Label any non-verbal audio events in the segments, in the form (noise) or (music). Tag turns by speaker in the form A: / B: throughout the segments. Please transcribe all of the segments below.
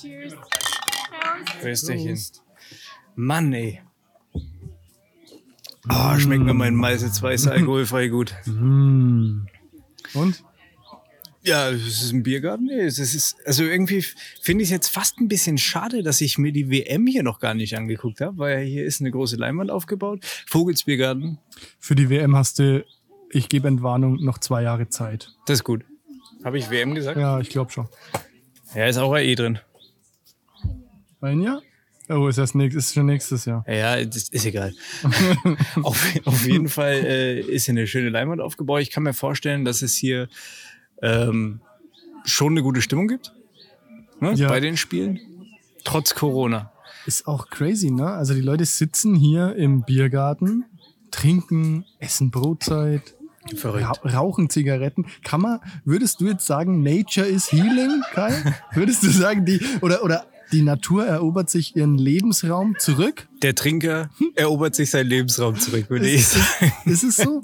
A: Cheers.
B: Prösterchen. Mann, ey. Ah, schmeckt mir mein Mais jetzt (laughs) weiß alkoholfrei gut.
C: Und?
B: Ja, es ist ein Biergarten. Nee, es ist, also irgendwie f- finde ich es jetzt fast ein bisschen schade, dass ich mir die WM hier noch gar nicht angeguckt habe, weil hier ist eine große Leinwand aufgebaut. Vogelsbiergarten,
C: Für die WM hast du, ich gebe Entwarnung, noch zwei Jahre Zeit.
B: das ist gut. Habe ich WM gesagt?
C: Ja, ich glaube schon.
B: Ja, ist auch AE drin.
C: Ein Jahr? Oh, ist das nächstes, ist schon nächstes Jahr.
B: Ja, das ist
C: (laughs)
B: egal. auf, auf jeden Fall äh, ist hier eine schöne Leinwand aufgebaut. Ich kann mir vorstellen, dass es hier ähm, schon eine gute Stimmung gibt ne,
C: Ja.
B: bei den Spielen, trotz Corona.
C: Ist auch crazy, ne? Also die Leute sitzen hier im Biergarten, trinken, essen Brotzeit,
B: Verrückt.
C: ra rauchen Zigaretten. Kann man, würdest du jetzt sagen, Nature is healing, Kai? würdest du sagen, die, oder, oder die Natur erobert sich ihren Lebensraum zurück?
B: Der Trinker erobert sich seinen Lebensraum zurück, würde ich
C: Ist,
B: sagen.
C: ist, ist es so?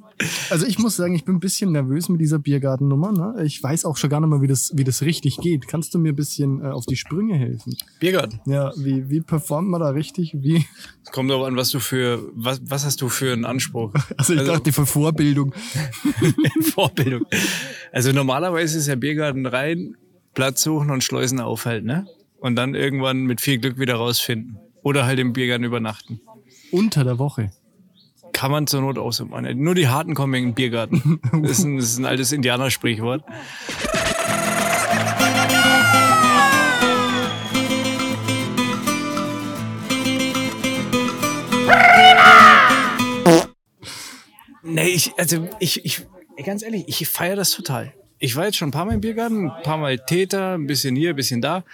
C: Also ich muss sagen, ich bin ein bisschen nervös mit dieser Biergartennummer. Ne? Ich weiß auch schon gar nicht mehr, wie das, wie das richtig geht. Kannst du mir ein bisschen äh, auf die Sprünge helfen?
B: Biergarten.
C: Ja, wie, wie performt man da richtig? Wie? (laughs)
B: Es kommt darauf an, was du für, was, was hast du für einen
C: (laughs)
B: Anspruch?
C: Also ich
B: Also-
C: dachte für Vorbildung.
B: Vorbildung. Also normalerweise ist ja Biergarten rein, Platz suchen und Schleusen aufhalten, ne? Und dann irgendwann mit viel Glück wieder rausfinden. Oder halt im Biergarten übernachten.
C: Unter der Woche.
B: Kann man zur Not auch so machen. Nur die Harten kommen in den Biergarten. Das ist ein, das ist ein altes Indianersprichwort. Nee, ich, also ich, ich, ganz ehrlich, ich feiere das total. Ich war jetzt schon ein paar Mal im Biergarten, ein paar Mal Täter, ein bisschen hier, ein bisschen da.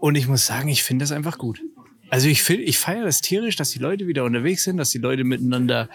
B: Und ich muss sagen, ich finde das einfach gut. Also ich, find- ich feiere das tierisch, dass die Leute wieder unterwegs sind, dass die Leute miteinander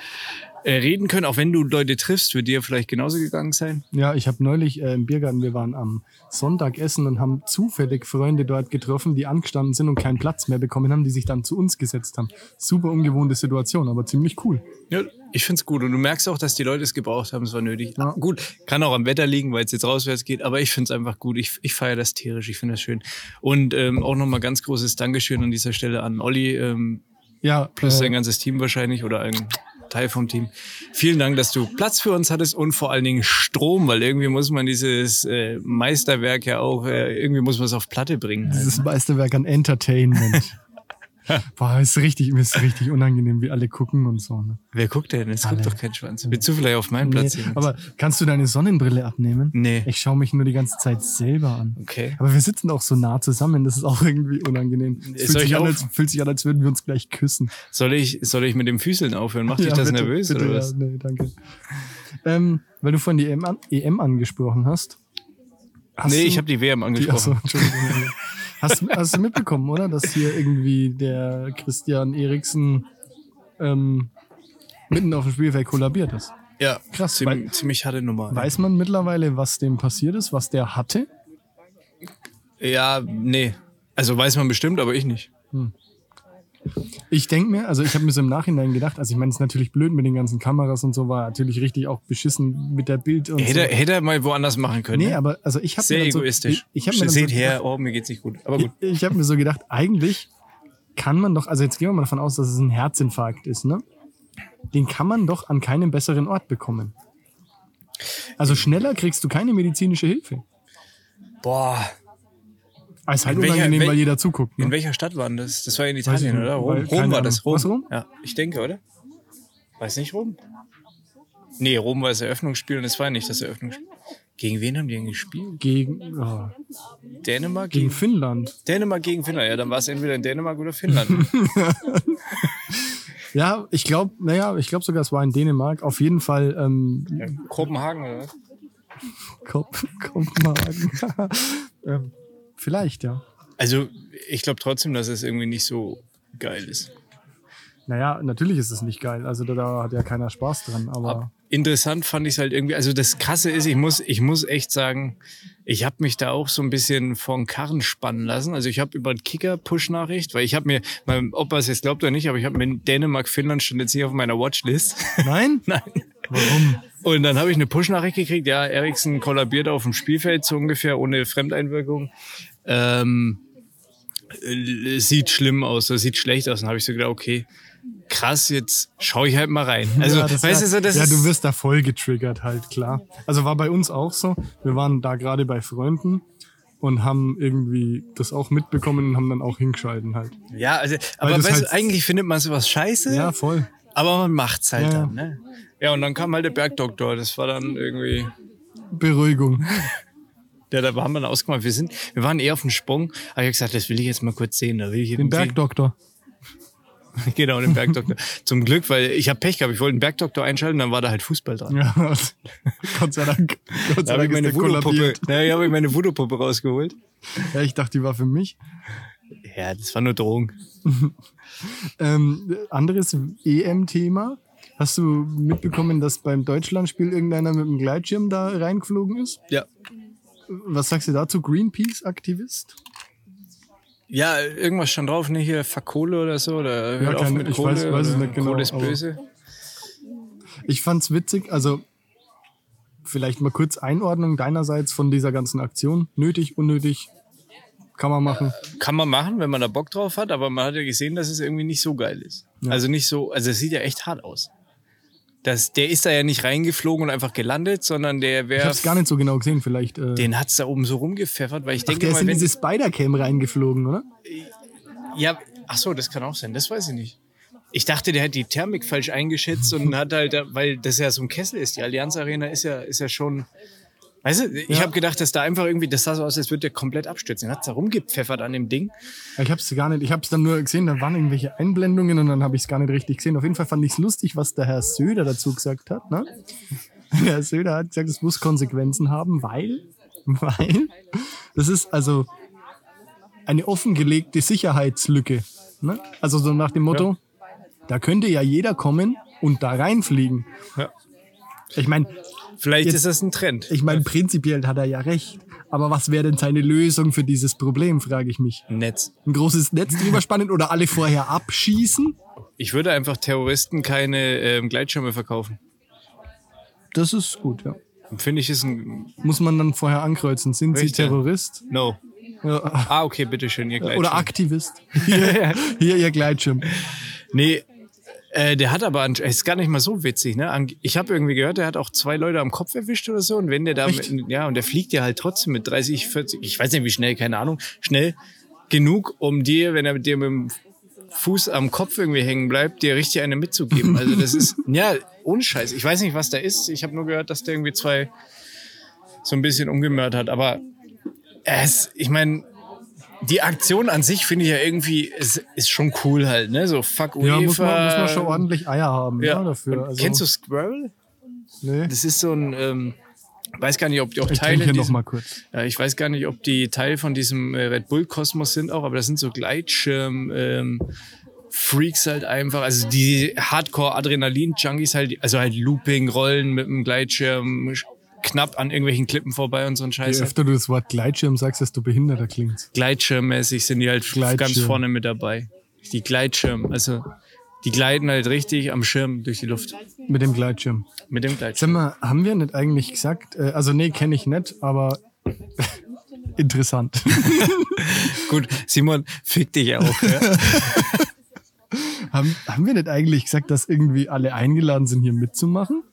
B: äh, reden können. Auch wenn du Leute triffst, wird dir vielleicht genauso gegangen sein.
C: Ja, ich habe neulich äh, im Biergarten, wir waren am Sonntag essen und haben zufällig Freunde dort getroffen, die angestanden sind und keinen Platz mehr bekommen haben, die sich dann zu uns gesetzt haben. Super ungewohnte Situation, aber ziemlich cool.
B: Ja, ich finde es gut. Und du merkst auch, dass die Leute es gebraucht haben, es war nötig.
C: Ja.
B: Gut, kann auch am Wetter liegen, weil es jetzt rauswärts geht, aber ich finde es einfach gut. Ich, ich feiere das tierisch, ich finde das schön. Und ähm, auch nochmal ganz großes Dankeschön an dieser Stelle an Olli, ähm,
C: Ja,
B: plus
C: äh,
B: sein ganzes Team wahrscheinlich oder ein Teil vom Team. Vielen Dank, dass du Platz für uns hattest und vor allen Dingen Strom, weil irgendwie muss man dieses äh, Meisterwerk ja auch, äh, irgendwie muss man es auf Platte bringen. Halt.
C: Dieses Meisterwerk
B: (laughs)
C: an Entertainment. Boah, ist richtig, mir ist richtig unangenehm, wie alle gucken und so. Ne?
B: Wer guckt denn? Es gibt
C: Alle.
B: doch keinen Schwanz. Willst du vielleicht auf meinen Platz
C: Nee,
B: sehen?
C: aber kannst du deine Sonnenbrille abnehmen?
B: Nee.
C: Ich schaue mich nur die ganze Zeit selber an.
B: Okay.
C: Aber wir sitzen auch so nah zusammen, das ist auch irgendwie unangenehm. Es
B: Soll
C: fühlt sich,
B: ich
C: an,
B: auf-
C: als, fühlt sich an, als würden wir uns gleich küssen.
B: Soll ich, soll ich mit dem Füßeln aufhören? Macht dich
C: Ja,
B: das
C: bitte,
B: nervös
C: bitte,
B: oder was?
C: Ja, nee, danke. Ähm, weil du vorhin die EM, an, EM angesprochen hast. hast
B: nee,
C: du-
B: ich habe die WM
C: die- achso,
B: angesprochen.
C: Entschuldigung. hast, hast du mitbekommen, oder? Dass hier irgendwie der Christian Eriksen ähm, mitten auf dem Spielfeld kollabiert ist.
B: ja,
C: Krass,
B: Ziemlich, ziemlich harte Nummer.
C: Weiß man mittlerweile, was dem passiert ist, was der hatte?
B: Ja, nee. Also weiß man bestimmt, aber ich nicht.
C: Ich denke mir, also ich habe mir so im Nachhinein gedacht, also ich meine, es ist natürlich blöd mit den ganzen Kameras und so, war natürlich richtig auch beschissen mit der Bild und
B: Hätte,
C: so.
B: hätte er mal woanders machen können.
C: Nee,
B: ne?
C: aber also ich habe mir
B: Sehr
C: dann so,
B: egoistisch.
C: Ich, ich habe mir dann
B: Seht
C: so,
B: her, oh, mir geht's nicht gut. Aber
C: Ich,
B: gut.
C: ich habe mir so gedacht, eigentlich kann man doch, also jetzt gehen wir mal davon aus, dass es ein Herzinfarkt ist, ne? Den kann man doch an keinem besseren Ort bekommen. Also schneller kriegst du keine medizinische Hilfe.
B: Boah.
C: Ah, ist halt
B: In welcher-
C: unangenehm,
B: wel-
C: weil jeder zuguckt.
B: In
C: Ne?
B: welcher Stadt war denn das? Das war in
C: ich
B: Italien,
C: nicht.
B: oder? Rom,
C: Weil-
B: Rom
C: keine
B: war das.
C: Ahnung.
B: Rom.
C: Was, Rom?
B: Ja, ich denke, oder? Weiß nicht, Rom. Nee, Rom war das Eröffnungsspiel und es war nicht das Eröffnungsspiel. Gegen wen haben die denn gespielt?
C: Gegen, oh,
B: Dänemark
C: gegen
B: gegen,
C: Finnland.
B: Dänemark gegen Finnland. Ja, dann war es entweder in Dänemark oder
C: (laughs)
B: Finnland.
C: Ja, ich glaube, naja, ich glaube sogar, es war in Dänemark. Auf jeden Fall ähm,
B: ja, Kopenhagen, oder? was?
C: Kop (laughs) Kopenhagen. (laughs) ähm, vielleicht, ja.
B: Also, ich glaube trotzdem, dass es irgendwie nicht so geil ist.
C: Naja, natürlich ist es nicht geil. Also da, da hat ja keiner Spaß dran, aber.
B: interessant fand ich es halt irgendwie. Also das Krasse ist, ich muss, ich muss echt sagen, ich habe mich da auch so ein bisschen von Karren spannen lassen. Also ich habe über den Kicker Push-Nachricht, weil ich habe mir, mein, ob man es jetzt glaubt oder nicht, aber ich habe mir Dänemark, Finnland stand jetzt nicht auf meiner Watchlist. (laughs)
C: Nein?
B: Nein.
C: Warum?
B: Und dann habe ich eine Push-Nachricht gekriegt, ja, Eriksen kollabiert auf dem Spielfeld so ungefähr ohne Fremdeinwirkung. Ähm, äh, sieht schlimm aus oder sieht schlecht aus. Und habe ich so gedacht, okay, krass, jetzt schaue ich halt mal rein. Also,
C: ja, das
B: weißt du,
C: war,
B: so, das
C: ja,
B: ist,
C: du wirst da voll getriggert halt, klar. Also war bei uns auch so. Wir waren da gerade bei Freunden und haben irgendwie das auch mitbekommen und haben dann auch hingeschalten halt.
B: ja, also, aber
C: das
B: weißt
C: halt-
B: du, eigentlich findet man sowas scheiße,
C: Ja, voll.
B: aber man macht's halt
C: Ja, ja.
B: dann. Ne? Ja, und dann kam halt der Bergdoktor, das war dann irgendwie.
C: Beruhigung.
B: Ja, da haben wir dann ausgemacht. Wir, sind, wir waren eher auf dem Sprung. Aber ich habe gesagt, das will ich jetzt mal kurz sehen. Da will ich
C: Den
B: eben
C: Bergdoktor. (laughs)
B: Sehen. (laughs) Genau, den Bergdoktor. Zum Glück, weil ich habe Pech gehabt. Ich wollte den Bergdoktor einschalten, dann war da halt Fußball dran.
C: Ja, Gott sei Dank. Gott
B: Da
C: sei
B: habe ich
C: Dank ist
B: meine
C: der
B: Voodoo-Puppe
C: kollabiert.
B: (laughs) ja, hab ich meine Voodoo-Puppe rausgeholt.
C: Ja, ich dachte, die war für mich.
B: Ja, das war nur Drohung.
C: Ähm, anderes EM-Thema. Hast du mitbekommen, dass beim Deutschlandspiel irgendeiner mit dem Gleitschirm da reingeflogen ist?
B: Ja.
C: Was sagst du dazu? Greenpeace-Aktivist?
B: Ja, irgendwas stand drauf, ne? Hier, Fakohle oder so. Oder hört auf
C: keine-
B: mit
C: ich
B: Kohle.
C: weiß- weiß es
B: oder
C: nicht genau,
B: Kohle ist
C: aber-
B: böse.
C: Ich fand's witzig, also vielleicht mal kurz Einordnung deinerseits von dieser ganzen Aktion. Nötig, unnötig, kann man machen.
B: Kann man machen, wenn man da Bock drauf hat, aber man hat ja gesehen, dass es irgendwie nicht so geil ist. Also nicht so, also es sieht ja echt hart aus. Das, der ist da ja nicht reingeflogen und einfach gelandet, sondern der
C: Ich
B: wäre.
C: hab's gar nicht so genau gesehen, vielleicht. Äh,
B: Den hat's da oben so rumgepfeffert, weil ich
C: ach,
B: denke
C: der ist
B: mal,
C: in
B: wenn.
C: diese Spider-Cam reingeflogen, oder?
B: ja, ach so, das kann auch sein, das weiß ich nicht. Ich dachte, der hat die Thermik falsch eingeschätzt und hat halt, da- weil das ja so ein Kessel ist. Die Allianz Arena ist ja, ist ja schon. Weißt du, ich
C: Ja.
B: habe gedacht, dass da einfach irgendwie, das sah so aus, als würde der komplett abstürzen. Den hat's da rumgepfeffert an dem Ding.
C: Ja, Ich hab's gar nicht, ich hab's dann nur gesehen, da waren irgendwelche Einblendungen und dann habe ich's gar nicht richtig gesehen. Auf jeden Fall fand ich's lustig, was der Herr Söder dazu gesagt hat. Ne? (laughs) Der Herr Söder hat gesagt, es muss Konsequenzen haben, weil, (laughs) weil, das ist also eine offengelegte Sicherheitslücke. Ne? Also so nach dem Motto, da könnte ja jeder kommen und da reinfliegen.
B: Ja.
C: Ich meine,
B: Vielleicht
C: Jetzt-
B: ist das ein Trend.
C: ich mein, prinzipiell hat er ja recht. Aber was wäre denn seine Lösung für dieses Problem, frage ich mich
B: Netz.
C: ein großes Netz drüber spannen oder alle vorher abschießen.
B: Ich würde einfach Terroristen keine ähm, Gleitschirme verkaufen.
C: Das ist gut, ja.
B: Finde ich ist ein
C: Muss man dann vorher ankreuzen. Sind Sie
B: Richtig.
C: Terrorist
B: No.
C: Ja,
B: Ah, okay, bitteschön, ihr Gleitschirm. (laughs)
C: oder Aktivist? Hier, hier Ihr Gleitschirm.
B: Nee, äh, der hat aber, ansch- ist gar nicht mal so witzig, ne? Ange- Ich habe irgendwie gehört, der hat auch zwei Leute am Kopf erwischt oder so. Und wenn der da,
C: Echt?
B: mit, ja, und der fliegt ja halt trotzdem mit 30, 40, ich weiß nicht wie schnell, keine Ahnung, schnell genug, um dir, wenn er mit dir mit dem Fuß am Kopf irgendwie hängen bleibt, dir richtig eine mitzugeben. Also das
C: (laughs)
B: ist, ja, ohne Scheiß. Ich weiß nicht, was da ist. Ich habe nur gehört, dass der irgendwie zwei so ein bisschen umgemört hat. Aber es, ich meine, die Aktion an sich finde ich ja irgendwie, es ist schon cool halt, ne? So fuck
C: Ja,
B: UEFA.
C: muss man, muss man schon ordentlich Eier haben ja.
B: Ja.
C: dafür. Also,
B: Und Kennst du Squirrel?
C: Nee.
B: Das ist so ein, ähm, weiß gar nicht, ob die auch
C: Ich
B: Teile
C: trinke hier
B: diesem-
C: nochmal kurz.
B: ja, Äh, ich weiß gar nicht, ob die Teil von diesem äh, Red Bull Kosmos sind auch, aber das sind so Gleitschirm ähm, Freaks halt einfach, also die Hardcore Adrenalin Junkies halt, also halt Looping Rollen mit dem Gleitschirm sch- knapp an irgendwelchen Klippen vorbei und so ein
C: Je
B: Scheiß.
C: öfter du das Wort Gleitschirm sagst, desto behinderter klingt's.
B: Gleitschirmmäßig sind die halt
C: Gleitschirm.
B: ganz vorne mit dabei. Die Gleitschirm, also die gleiten halt richtig am Schirm durch die Luft
C: Mit dem Gleitschirm.
B: mit dem
C: Sag
B: Gleitschirm.
C: mal, haben wir nicht eigentlich gesagt, äh, also nee, kenne ich nicht, aber (laughs)
B: (laughs)
C: interessant.
B: Gut, Simon, fick dich auch. (laughs) Ja?
C: haben, haben wir nicht eigentlich gesagt, dass irgendwie alle eingeladen sind, hier mitzumachen?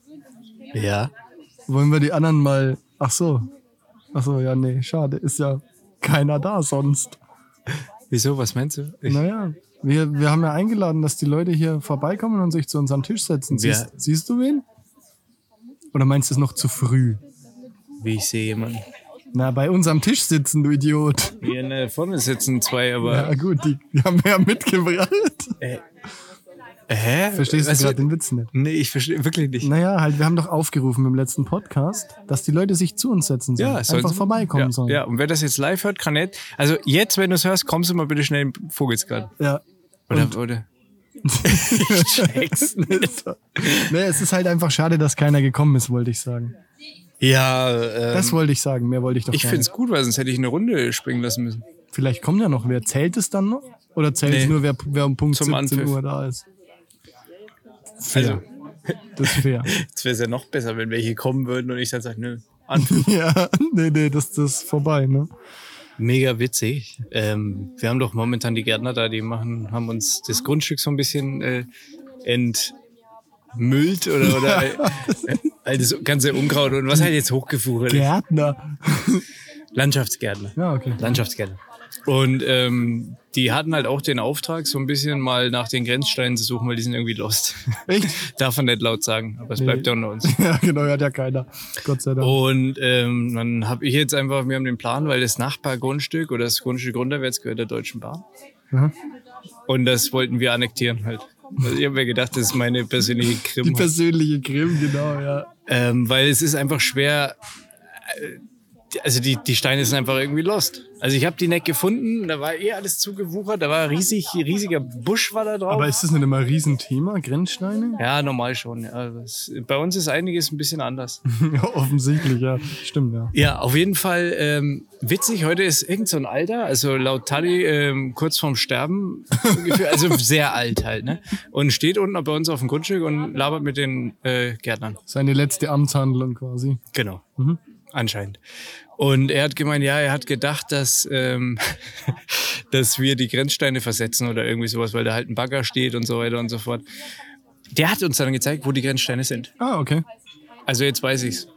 B: ja.
C: Wollen wir die anderen mal. Ach so. Ach so, ja, nee, schade. Ist ja keiner da sonst.
B: Wieso? Was meinst du? Ich,
C: Naja, wir, wir haben ja eingeladen, dass die Leute hier vorbeikommen und sich zu uns am Tisch setzen.
B: Ja.
C: Siehst, siehst du wen? Oder meinst du es noch zu früh?
B: wie ich sehe jemanden.
C: Na, bei uns am Tisch sitzen, du Idiot.
B: Hier ne, vorne sitzen zwei, aber.
C: Ja, gut, die, die haben wir ja mitgebracht.
B: Äh, Hä?
C: Verstehst du
B: Also,
C: gerade den Witz nicht?
B: Nee, ich verstehe wirklich nicht.
C: Naja, halt, wir haben doch aufgerufen im letzten Podcast, dass die Leute sich zu uns setzen sollen.
B: Ja, sollen
C: Einfach
B: sie-
C: vorbeikommen
B: ja,
C: sollen.
B: Ja, und wer das jetzt live hört, kann nicht. Also jetzt, wenn du es hörst, kommst du mal bitte schnell in Vogelsgrad.
C: ja.
B: Oder, oder? (laughs) ich check's nicht.
C: Naja, es ist halt einfach schade, dass keiner gekommen ist, wollte ich sagen.
B: Ja, ähm,
C: Das wollte ich sagen, mehr wollte ich doch
B: Ich
C: gar
B: find's gut, weil sonst hätte ich eine Runde springen lassen müssen.
C: nicht. Vielleicht kommt ja noch wer. Zählt es dann noch? Oder zählt es
B: Nee.
C: nur, wer, wer um Punkt
B: Zum
C: 17
B: Anpfiff.
C: Uhr da ist?
B: Also,
C: Das ist fair. (laughs)
B: jetzt wäre es ja noch besser, wenn welche kommen würden und ich dann sage, nö, Anpfiff.
C: ja, nee, nee, das, das ist vorbei, ne?
B: mega witzig. Ähm, wir haben doch momentan die Gärtner da, die machen, haben uns das Grundstück so ein bisschen äh, entmüllt
C: (laughs)
B: oder, oder äh, all das ganze Unkraut und was halt jetzt hochgefuchert ist.
C: Gärtner.
B: Landschaftsgärtner.
C: Ja, okay. (laughs)
B: Landschaftsgärtner. Und ähm, die hatten halt auch den Auftrag, so ein bisschen mal nach den Grenzsteinen zu suchen, weil die sind irgendwie lost.
C: Echt?
B: (laughs) Darf man nicht laut sagen, aber es
C: Nee.
B: bleibt ja unter uns.
C: Ja, genau, hat ja keiner. Gott sei Dank.
B: Und ähm, dann habe ich jetzt einfach, wir haben den Plan, weil das Nachbargrundstück oder das Grundstück runterwärts gehört der Deutschen Bahn.
C: Aha.
B: Und das wollten wir annektieren halt. Also ich habe mir gedacht, das ist meine persönliche
C: Die
B: Krim. halt.
C: persönliche Krim, genau, ja.
B: ähm, weil es ist einfach schwer. äh, die- Also die, die Steine sind einfach irgendwie lost. Also ich habe die nicht gefunden, da war eh alles zugewuchert, da war riesig, riesiger Busch war da drauf.
C: Aber ist das nicht immer ein Riesenthema, Grenzsteine?
B: ja, normal schon. Ja. Aber es- Bei uns ist einiges ein bisschen anders.
C: (laughs) Ja, offensichtlich, ja. Stimmt, ja.
B: Ja, auf jeden Fall ähm, witzig. Heute ist irgend so ein Alter, also laut Tali ähm, kurz vorm Sterben, ungefähr, also sehr alt halt, ne? Und steht unten bei uns auf dem Grundstück und labert mit den äh, Gärtnern.
C: Seine letzte Amtshandlung quasi.
B: Genau. Anscheinend. Und er hat gemeint, ja, er hat gedacht, dass, ähm, (laughs) dass wir die Grenzsteine versetzen oder irgendwie sowas, weil da halt ein Bagger steht und so weiter und so fort. Der hat uns dann gezeigt, wo die Grenzsteine sind.
C: Ah, okay.
B: Also jetzt weiß ich's.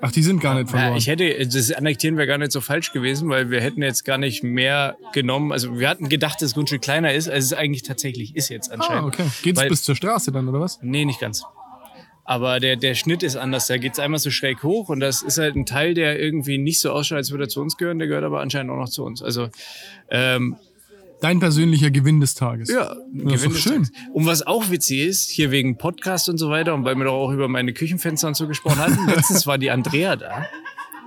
C: Ach, die sind gar nicht
B: Ja,
C: verloren.
B: ich hätte, das Annektieren wäre gar nicht so falsch gewesen, weil wir hätten jetzt gar nicht mehr genommen. Also wir hatten gedacht, das Grundstück kleiner ist, als es eigentlich tatsächlich ist jetzt anscheinend.
C: ah, okay. Geht's
B: Weil-
C: bis zur Straße dann, oder was?
B: Nee, nicht ganz. Aber der, der Schnitt ist anders. Da geht's einmal so schräg hoch und das ist halt ein Teil, der irgendwie nicht so ausschaut, als würde er zu uns gehören. Der gehört aber anscheinend auch noch zu uns. Also ähm,
C: Dein persönlicher Gewinn des Tages.
B: ja,
C: das ist doch
B: Gewinn des
C: schön.
B: Tages. Und was auch witzig ist, hier wegen Podcast und so weiter und weil wir doch auch über meine Küchenfenster und so gesprochen hatten, letztens war die Andrea da.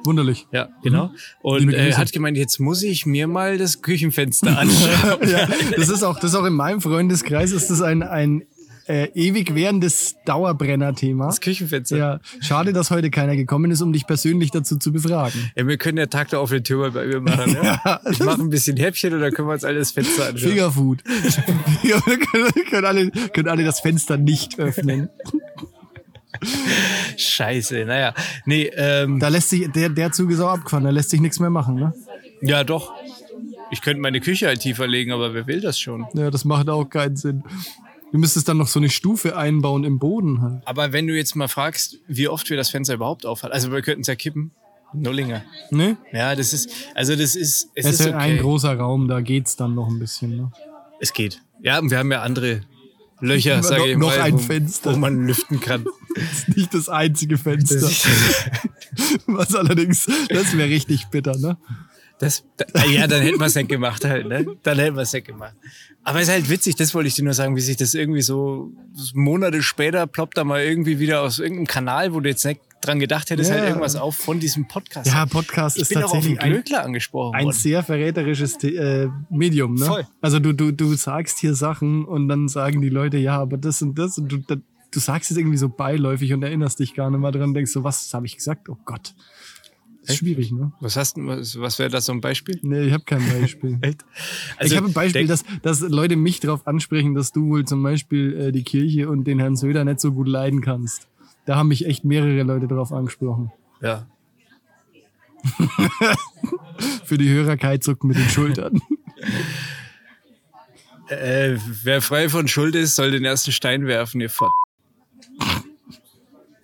C: Wunderlich.
B: Ja, genau. Und
C: Liebe
B: äh,
C: Grüße.
B: hat gemeint, jetzt muss ich mir mal das Küchenfenster anschauen.
C: (laughs) Ja, das ist auch, das ist auch in meinem Freundeskreis ist das ein, ein äh, ewig währendes Dauerbrenner-Thema.
B: Das Küchenfenster. Ja.
C: Ja, schade, dass heute keiner gekommen ist, um dich persönlich dazu zu befragen.
B: wir können ja Tag der offenen Tür mal bei mir machen.
C: (laughs)
B: Ja. Ich mache ein bisschen Häppchen und dann können wir uns alles Fenster anschauen.
C: (laughs) Fingerfood. Ja, können, können, alle, können alle das Fenster nicht öffnen.
B: Scheiße, naja. Nee, ähm,
C: Da lässt sich, der, der Zug ist auch abgefahren, da lässt sich nichts mehr machen, ne?
B: ja doch. Ich könnte meine Küche halt tiefer legen, aber wer will das schon?
C: Ja, das macht auch keinen Sinn. Du müsstest dann noch so eine Stufe einbauen im Boden halt.
B: Aber wenn du jetzt mal fragst, wie oft wir das Fenster überhaupt aufhalten, also wir könnten es ja kippen. Nullinger.
C: Ne?
B: Ja, das ist, also das ist, es
C: Es ist
B: ist
C: halt ein
B: okay.
C: großer Raum, da geht's dann noch ein bisschen, ne?
B: Es geht. Ja, und wir haben ja andere Löcher, sage
C: Noch-
B: ich
C: noch
B: mal,
C: ein
B: wo,
C: Fenster.
B: wo man lüften kann.
C: ist nicht das einzige Fenster. Was allerdings, das wäre richtig bitter, ne?
B: Das, da, ja, dann hätten wir es nicht gemacht halt, ne? Dann hätten wir es nicht gemacht. Aber es ist halt witzig, das wollte ich dir nur sagen, wie sich das irgendwie so Monate später ploppt da mal irgendwie wieder aus irgendeinem Kanal, wo du jetzt nicht dran gedacht hättest,
C: Ja.
B: halt irgendwas auf von diesem Podcast.
C: Ja, Podcast
B: ich
C: ist
B: bin auch auf den
C: tatsächlich ein,
B: Glöckler angesprochen
C: ein
B: worden.
C: sehr verräterisches The- äh, Medium, ne?
B: Voll.
C: Also du, du, du sagst hier Sachen und dann sagen die Leute, ja, aber das und das und du, da, du sagst es irgendwie so beiläufig und erinnerst dich gar nicht mal dran und denkst so, was habe ich gesagt? Oh Gott. Ist schwierig, ne?
B: Was hast du, was, was wäre das so ein Beispiel?
C: Nee, ich habe kein
B: (laughs)
C: Beispiel.
B: Echt? Also
C: ich habe ein Beispiel,
B: der-
C: dass, dass Leute mich darauf ansprechen, dass du wohl zum Beispiel äh, die Kirche und den Herrn Söder nicht so gut leiden kannst. Da haben mich echt mehrere Leute darauf angesprochen.
B: ja.
C: Für die Hörerkeit zuckt mit den Schultern. (laughs)
B: äh, wer frei von Schuld ist, soll den ersten Stein werfen, ihr Fort.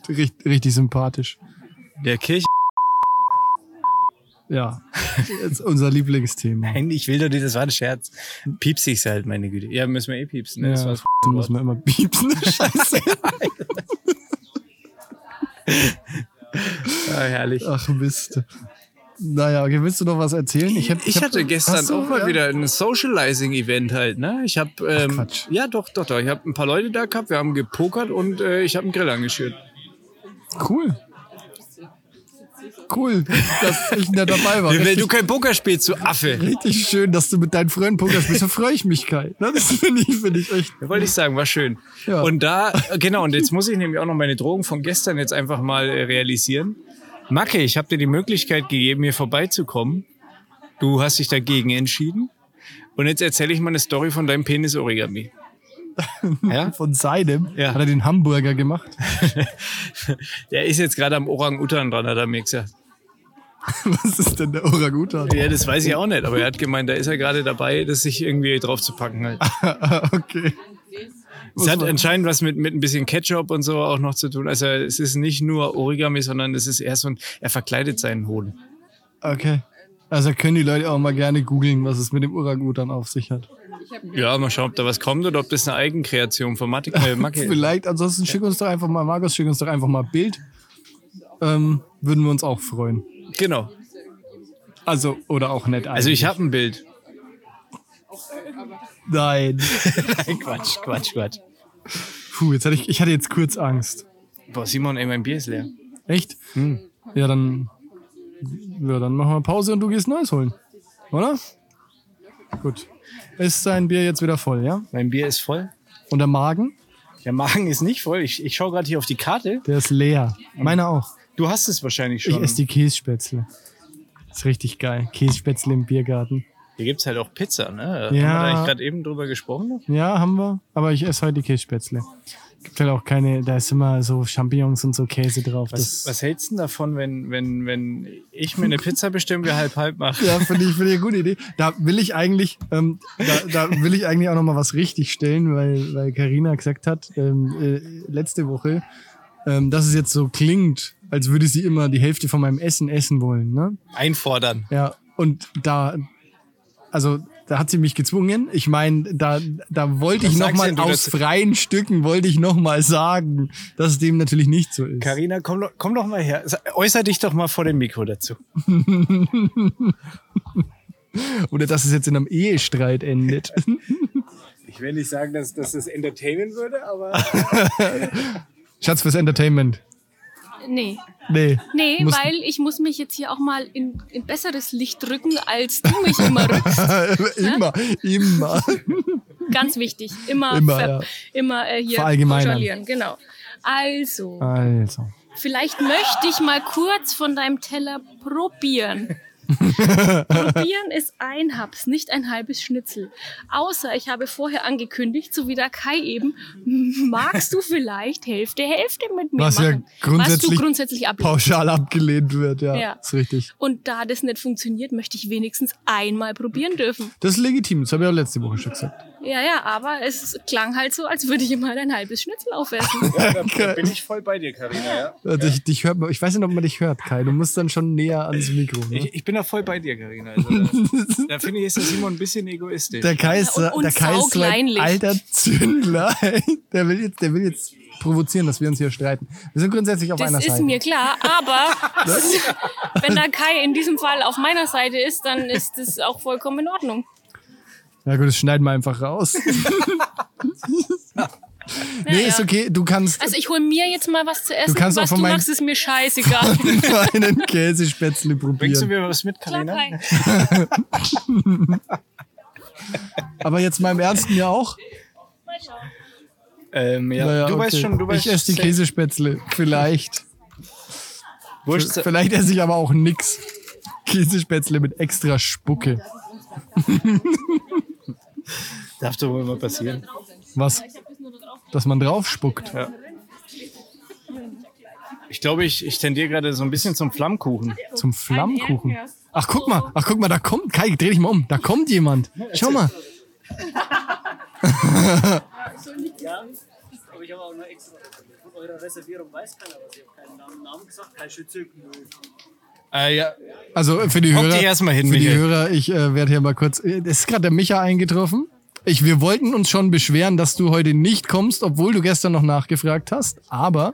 C: Richt, richtig sympathisch.
B: Der Kirche.
C: Ja, jetzt unser Lieblingsthema.
B: Nein, ich will doch nicht, das war ein Scherz. Piepse ich's halt, meine Güte. Ja, müssen wir eh piepsen. Ne?
C: Ja,
B: Das war's.
C: das muss man immer piepsen.
B: (laughs)
C: Scheiße.
B: Ah, herrlich.
C: Ach Mist. Naja, okay, willst du noch was erzählen? Ich, hab,
B: Ich
C: hab-
B: hatte gestern
C: Hast du?
B: auch mal
C: Ja.
B: wieder ein Socializing-Event halt, ne? Ich habe ähm,
C: Quatsch.
B: ja doch, doch, doch. Ich habe ein paar Leute da gehabt, wir haben gepokert und äh, ich habe einen Grill angeschürt.
C: Cool. Cool, dass ich nicht dabei war.
B: (laughs) Wenn
C: Oh, Richtig
B: du kein Poker spielst, du Affe.
C: Richtig schön, dass du mit deinen Freunden Poker spielst. Da freue ich mich, Kai. Das finde ich, finde ich echt.
B: Ja, Wollte ich sagen, war schön.
C: Ja.
B: Und da, äh, genau, und jetzt muss ich nämlich auch noch meine Drogen von gestern jetzt einfach mal äh, realisieren. Macke, ich habe dir die Möglichkeit gegeben, hier vorbeizukommen. Du hast dich dagegen entschieden. Und jetzt erzähle ich mal eine Story von deinem
C: (laughs)
B: Penis-Origami. Ja?
C: Von seinem
B: Ja.
C: hat er den Hamburger gemacht. (laughs)
B: Der ist jetzt gerade am Orang-Utan dran, hat er mir gesagt.
C: Was ist denn der Oragutan?
B: Ja, das weiß ich auch nicht, aber er hat gemeint, da ist er gerade dabei, das sich irgendwie drauf zu packen halt.
C: (laughs) okay.
B: Es hat anscheinend was mit, mit ein bisschen Ketchup und so auch noch zu tun. Also es ist nicht nur Origami, sondern es ist eher so ein, er verkleidet seinen Hoden.
C: Okay. Also können die Leute auch mal gerne googeln, was es mit dem Oragutan auf sich hat.
B: Ja, mal schauen, ob da was kommt oder ob das eine Eigenkreation von Matik
C: (laughs)
B: äh, Macke ist.
C: Vielleicht, ansonsten schick uns doch einfach mal, Markus, schick uns doch einfach mal ein Bild. Ähm, würden wir uns auch freuen.
B: Genau.
C: Also, oder auch nett
B: Also ich habe ein Bild.
C: Nein.
B: Quatsch, Quatsch, Quatsch.
C: Puh, jetzt hatte ich, ich hatte jetzt kurz Angst.
B: Boah, Simon, ey, mein Bier ist leer.
C: Echt?
B: Hm.
C: Ja, dann, ja, dann machen wir Pause und du gehst Neues holen. Oder? Gut. Ist sein Bier jetzt wieder voll, ja?
B: Mein Bier ist voll.
C: Und der Magen?
B: Der Magen ist nicht voll. Ich, ich schaue gerade hier auf die Karte.
C: Der ist leer. Meiner auch.
B: Du hast es wahrscheinlich
C: Ich
B: schon.
C: esse die Kässpätzle. Ist richtig geil. Kässpätzle im Biergarten.
B: Hier gibt's halt auch Pizza, ne? Haben wir
C: Ja.
B: da eigentlich gerade eben drüber gesprochen?
C: Ja, haben wir. Aber ich esse heute die Kässpätzle. Gibt halt auch keine, da ist immer so Champignons und so Käse drauf.
B: Was,
C: Das,
B: was hältst du denn davon, wenn, wenn, wenn ich mir eine Pizza bestimme, wir halb halb machen?
C: Ja, finde ich, find ich eine gute Idee. Da will ich eigentlich, ähm, da, da will ich eigentlich auch nochmal was richtig stellen, weil, weil Carina gesagt hat, ähm, äh, letzte Woche, ähm, dass es jetzt so klingt, als würde sie immer die Hälfte von meinem Essen essen wollen, ne?
B: Einfordern.
C: Ja, und da, also da hat sie mich gezwungen. Ich meine, da, da wollte
B: Was
C: ich
B: sagst
C: nochmal
B: denn du
C: aus
B: dazu?
C: freien Stücken, wollte ich nochmal sagen, dass es dem natürlich nicht so ist.
B: Carina, komm, doch- komm doch mal her. Sa- Äußer dich doch mal vor dem Mikro dazu.
C: Oder dass es jetzt in einem Ehestreit endet. (laughs)
B: Ich will nicht sagen, dass, dass das entertainen würde,
C: (laughs)
B: aber.
C: Schatz fürs Entertainment.
A: Nee.
C: Nee.
A: Nee,
C: Muss-
A: weil ich muss mich jetzt hier auch mal in, in besseres Licht rücken, als du mich
C: (laughs)
A: immer rückst.
C: immer, immer.
A: Ganz wichtig. Immer,
C: Immer,
A: ver-
C: ja.
A: immer äh, hier
C: Verallgemeinern.
A: pauschalieren. Genau. Also,
C: Also.
A: vielleicht möchte ich mal kurz von deinem Teller
C: (laughs)
A: probieren. probieren ist ein Haps, nicht ein halbes Schnitzel. Außer ich habe vorher angekündigt, so wie der Kai eben, magst du vielleicht Hälfte, Hälfte mit mir
C: Was ja
A: machen? was
C: grundsätzlich
A: du grundsätzlich ablehnst.
C: Pauschal abgelehnt wird, ja.
A: Ja.
C: Ist richtig.
A: Und da das nicht funktioniert, möchte ich wenigstens einmal probieren dürfen.
C: Das ist legitim, das habe ich auch letzte Woche schon gesagt.
A: Ja, ja, aber es klang halt so, als würde ich mal ein halbes Schnitzel
C: (laughs)
A: aufessen.
B: Da bin ich voll bei dir, Karina. Ja?
C: Äh, Dich, dich hört man, ich weiß nicht, ob man dich hört, Kai. Du musst dann schon näher ans Mikro. Ne?
B: Ich, ich bin da voll bei dir, Karina. Also, da, da finde ich, ist der Simon ein bisschen egoistisch.
C: Der Kai ist,
A: Ja, und- und
C: der Kai ist so ein
A: saukleinlich.
C: alter Zündler. (laughs) Der will, jetzt, der will jetzt provozieren, dass wir uns hier streiten. Wir sind grundsätzlich auf einer
A: Das ist
C: Seite. Ne?
A: mir klar, aber
C: (laughs)
A: (laughs) wenn der Kai in diesem Fall auf meiner Seite ist, dann ist das auch vollkommen in Ordnung.
C: Na gut, das schneiden wir einfach
A: (laughs)
C: raus. nee,
A: ja.
C: ist okay. Du kannst
A: Also ich hole mir jetzt mal was zu essen,
C: kannst auch
A: was
C: von
A: du
C: meinem-
A: machst, ist
C: (laughs)
A: mir scheißegal. (laughs)
C: einen Käsespätzle
B: Bringst du
C: probieren.
B: mir was mit,
A: Klar,
B: Karina?
A: Kai.
C: Aber jetzt mal im Ernst mir auch.
A: Mal schauen.
B: Ähm, ja.
C: Naja,
B: du weißt
C: okay.
B: schon, du weißt
C: Ich esse die Käsespätzle. Vielleicht.
B: Wurscht,
C: Vielleicht esse ich aber auch nix. Käsespätzle mit extra Spucke.
B: äh, darf doch wohl mal passieren.
C: Was? Dass man drauf spuckt.
B: Ich glaube, ich, ich tendiere gerade so ein bisschen zum Flammkuchen.
C: Zum Flammkuchen. Ach, guck mal. Ach, guck mal, da kommt. Kai, dreh dich mal um. Da kommt jemand. Schau mal.
D: Aber ich habe auch nur extra von eurer Reservierung weiß keiner was. Ich habe keinen Namen, Namen gesagt, kein Schütze. Null.
B: Äh, ja.
C: Also äh, für die
B: Hock
C: Hörer.
B: dich erst mal hin,
C: für die
B: Michael.
C: Hörer, ich äh, werde hier mal kurz. äh, Es ist gerade der Micha eingetroffen. Ich, wir wollten uns schon beschweren, dass du heute nicht kommst, obwohl du gestern noch nachgefragt hast. Aber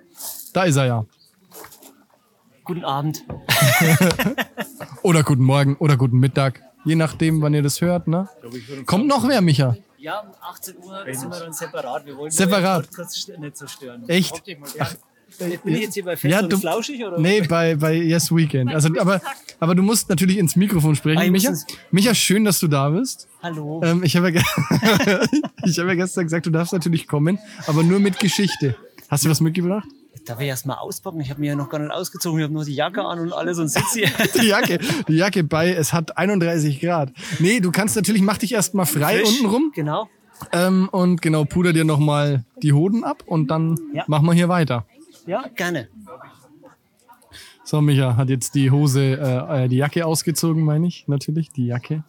C: da ist er ja.
D: Guten Abend.
C: Oder guten Morgen oder guten Mittag. Je nachdem, wann ihr das hört, ne? Kommt noch wer, Micha?
D: Ja, um 18 Uhr sind wir dann separat. Wir wollen
C: Separat?
D: euch kurz st- nicht so stören.
C: Echt?
D: Ja. Äh, Bin ich jetzt hier bei Fest
C: Ja,
D: und
C: du-
D: Flauschig? Oder?
C: Nee, bei, bei Yes Weekend. Also, aber, aber du musst natürlich ins Mikrofon
D: Ah,
C: sprechen.
D: ich muss
C: Micha,
D: ins-
C: Micha, schön, dass du da bist.
D: Hallo.
C: Ähm, ich habe ja, ge- (laughs) ich habe ja gestern gesagt, du darfst natürlich kommen, aber nur mit Geschichte. Hast du was mitgebracht?
D: Darf ich erst mal auspacken? Ich habe mir ja noch gar nicht ausgezogen. Ich habe nur die Jacke an und alles und sitze
C: (laughs)
D: hier.
C: Die Jacke, die Jacke bei, es hat 31 Grad. Nee, du kannst natürlich, mach dich erstmal frei
B: Frisch.
C: unten rum
D: genau.
C: ähm, und genau, puder dir nochmal die Hoden ab und dann
D: Ja.
C: machen wir hier weiter.
D: Ja, gerne.
C: So, Micha hat jetzt die Hose, äh, äh, die Jacke ausgezogen, meine ich natürlich, die Jacke.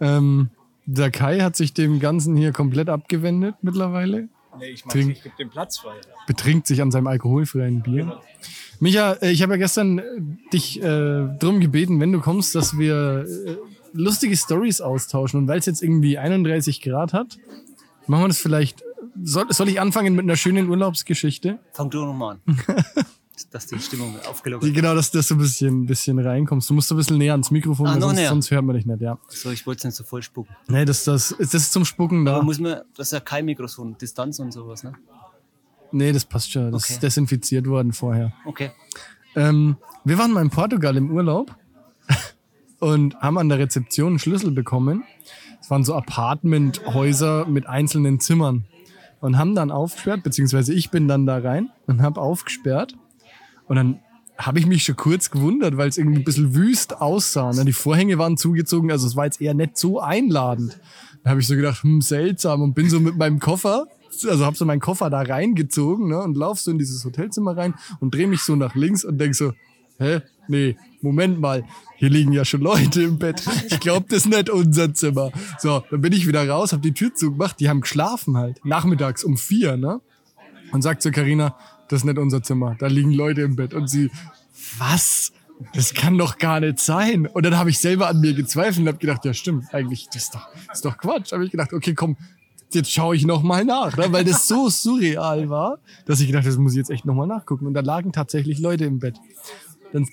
C: Ähm, der Kai hat sich dem Ganzen hier komplett abgewendet mittlerweile.
B: Nee, ich
C: Trink-
B: gebe den Platz weiter.
C: Betrinkt sich an seinem alkoholfreien Bier. Micha, äh, ich habe ja gestern äh, dich äh, drum gebeten, wenn du kommst, dass wir äh, lustige Stories austauschen. Und weil es jetzt irgendwie 31 Grad hat, machen wir das vielleicht. Soll, soll ich anfangen mit einer schönen Urlaubsgeschichte?
D: Fang du nochmal an.
C: (laughs)
D: Dass die Stimmung aufgelockert
C: Die, genau, dass, dass du ein bisschen, ein bisschen reinkommst. Du musst so ein bisschen näher ans Mikrofon,
D: Ah,
C: weil
D: noch
C: sonst,
D: näher.
C: sonst hört man dich nicht, ja.
D: wird. So, ich wollte es nicht so voll spucken.
C: Nee, das, das, das ist zum Spucken da.
D: Da muss man, das ist ja kein Mikrofon, Distanz und sowas, ne?
C: Nee, das passt schon. Das
D: Okay.
C: ist desinfiziert worden vorher.
D: Okay.
C: Ähm, wir waren mal in Portugal im Urlaub (laughs) und haben an der Rezeption einen Schlüssel bekommen. Es waren so Apartmenthäuser mit einzelnen Zimmern und haben dann aufgesperrt, beziehungsweise ich bin dann da rein und habe aufgesperrt. Und dann habe ich mich schon kurz gewundert, weil es irgendwie ein bisschen wüst aussah. Ne? Die Vorhänge waren zugezogen, also es war jetzt eher nicht so einladend. Da habe ich so gedacht, hm, seltsam und bin so mit meinem Koffer, also habe so meinen Koffer da reingezogen ne? und laufe so in dieses Hotelzimmer rein und drehe mich so nach links und denk so, hä, nee, Moment mal, hier liegen ja schon Leute im Bett. Ich glaube, das ist nicht unser Zimmer. So, dann bin ich wieder raus, habe die Tür zugemacht, die haben geschlafen halt, nachmittags um vier, ne? und sagt zu Karina, das ist nicht unser Zimmer, da liegen Leute im Bett. Und sie, was? Das kann doch gar nicht sein. Und dann habe ich selber an mir gezweifelt und habe gedacht, ja stimmt, eigentlich, das ist doch, das ist doch Quatsch. Habe ich gedacht, okay, komm, jetzt schaue ich nochmal nach, ne? weil das so (laughs) surreal war, dass ich gedacht habe, das muss ich jetzt echt nochmal nachgucken. Und da lagen tatsächlich Leute im Bett. Dann,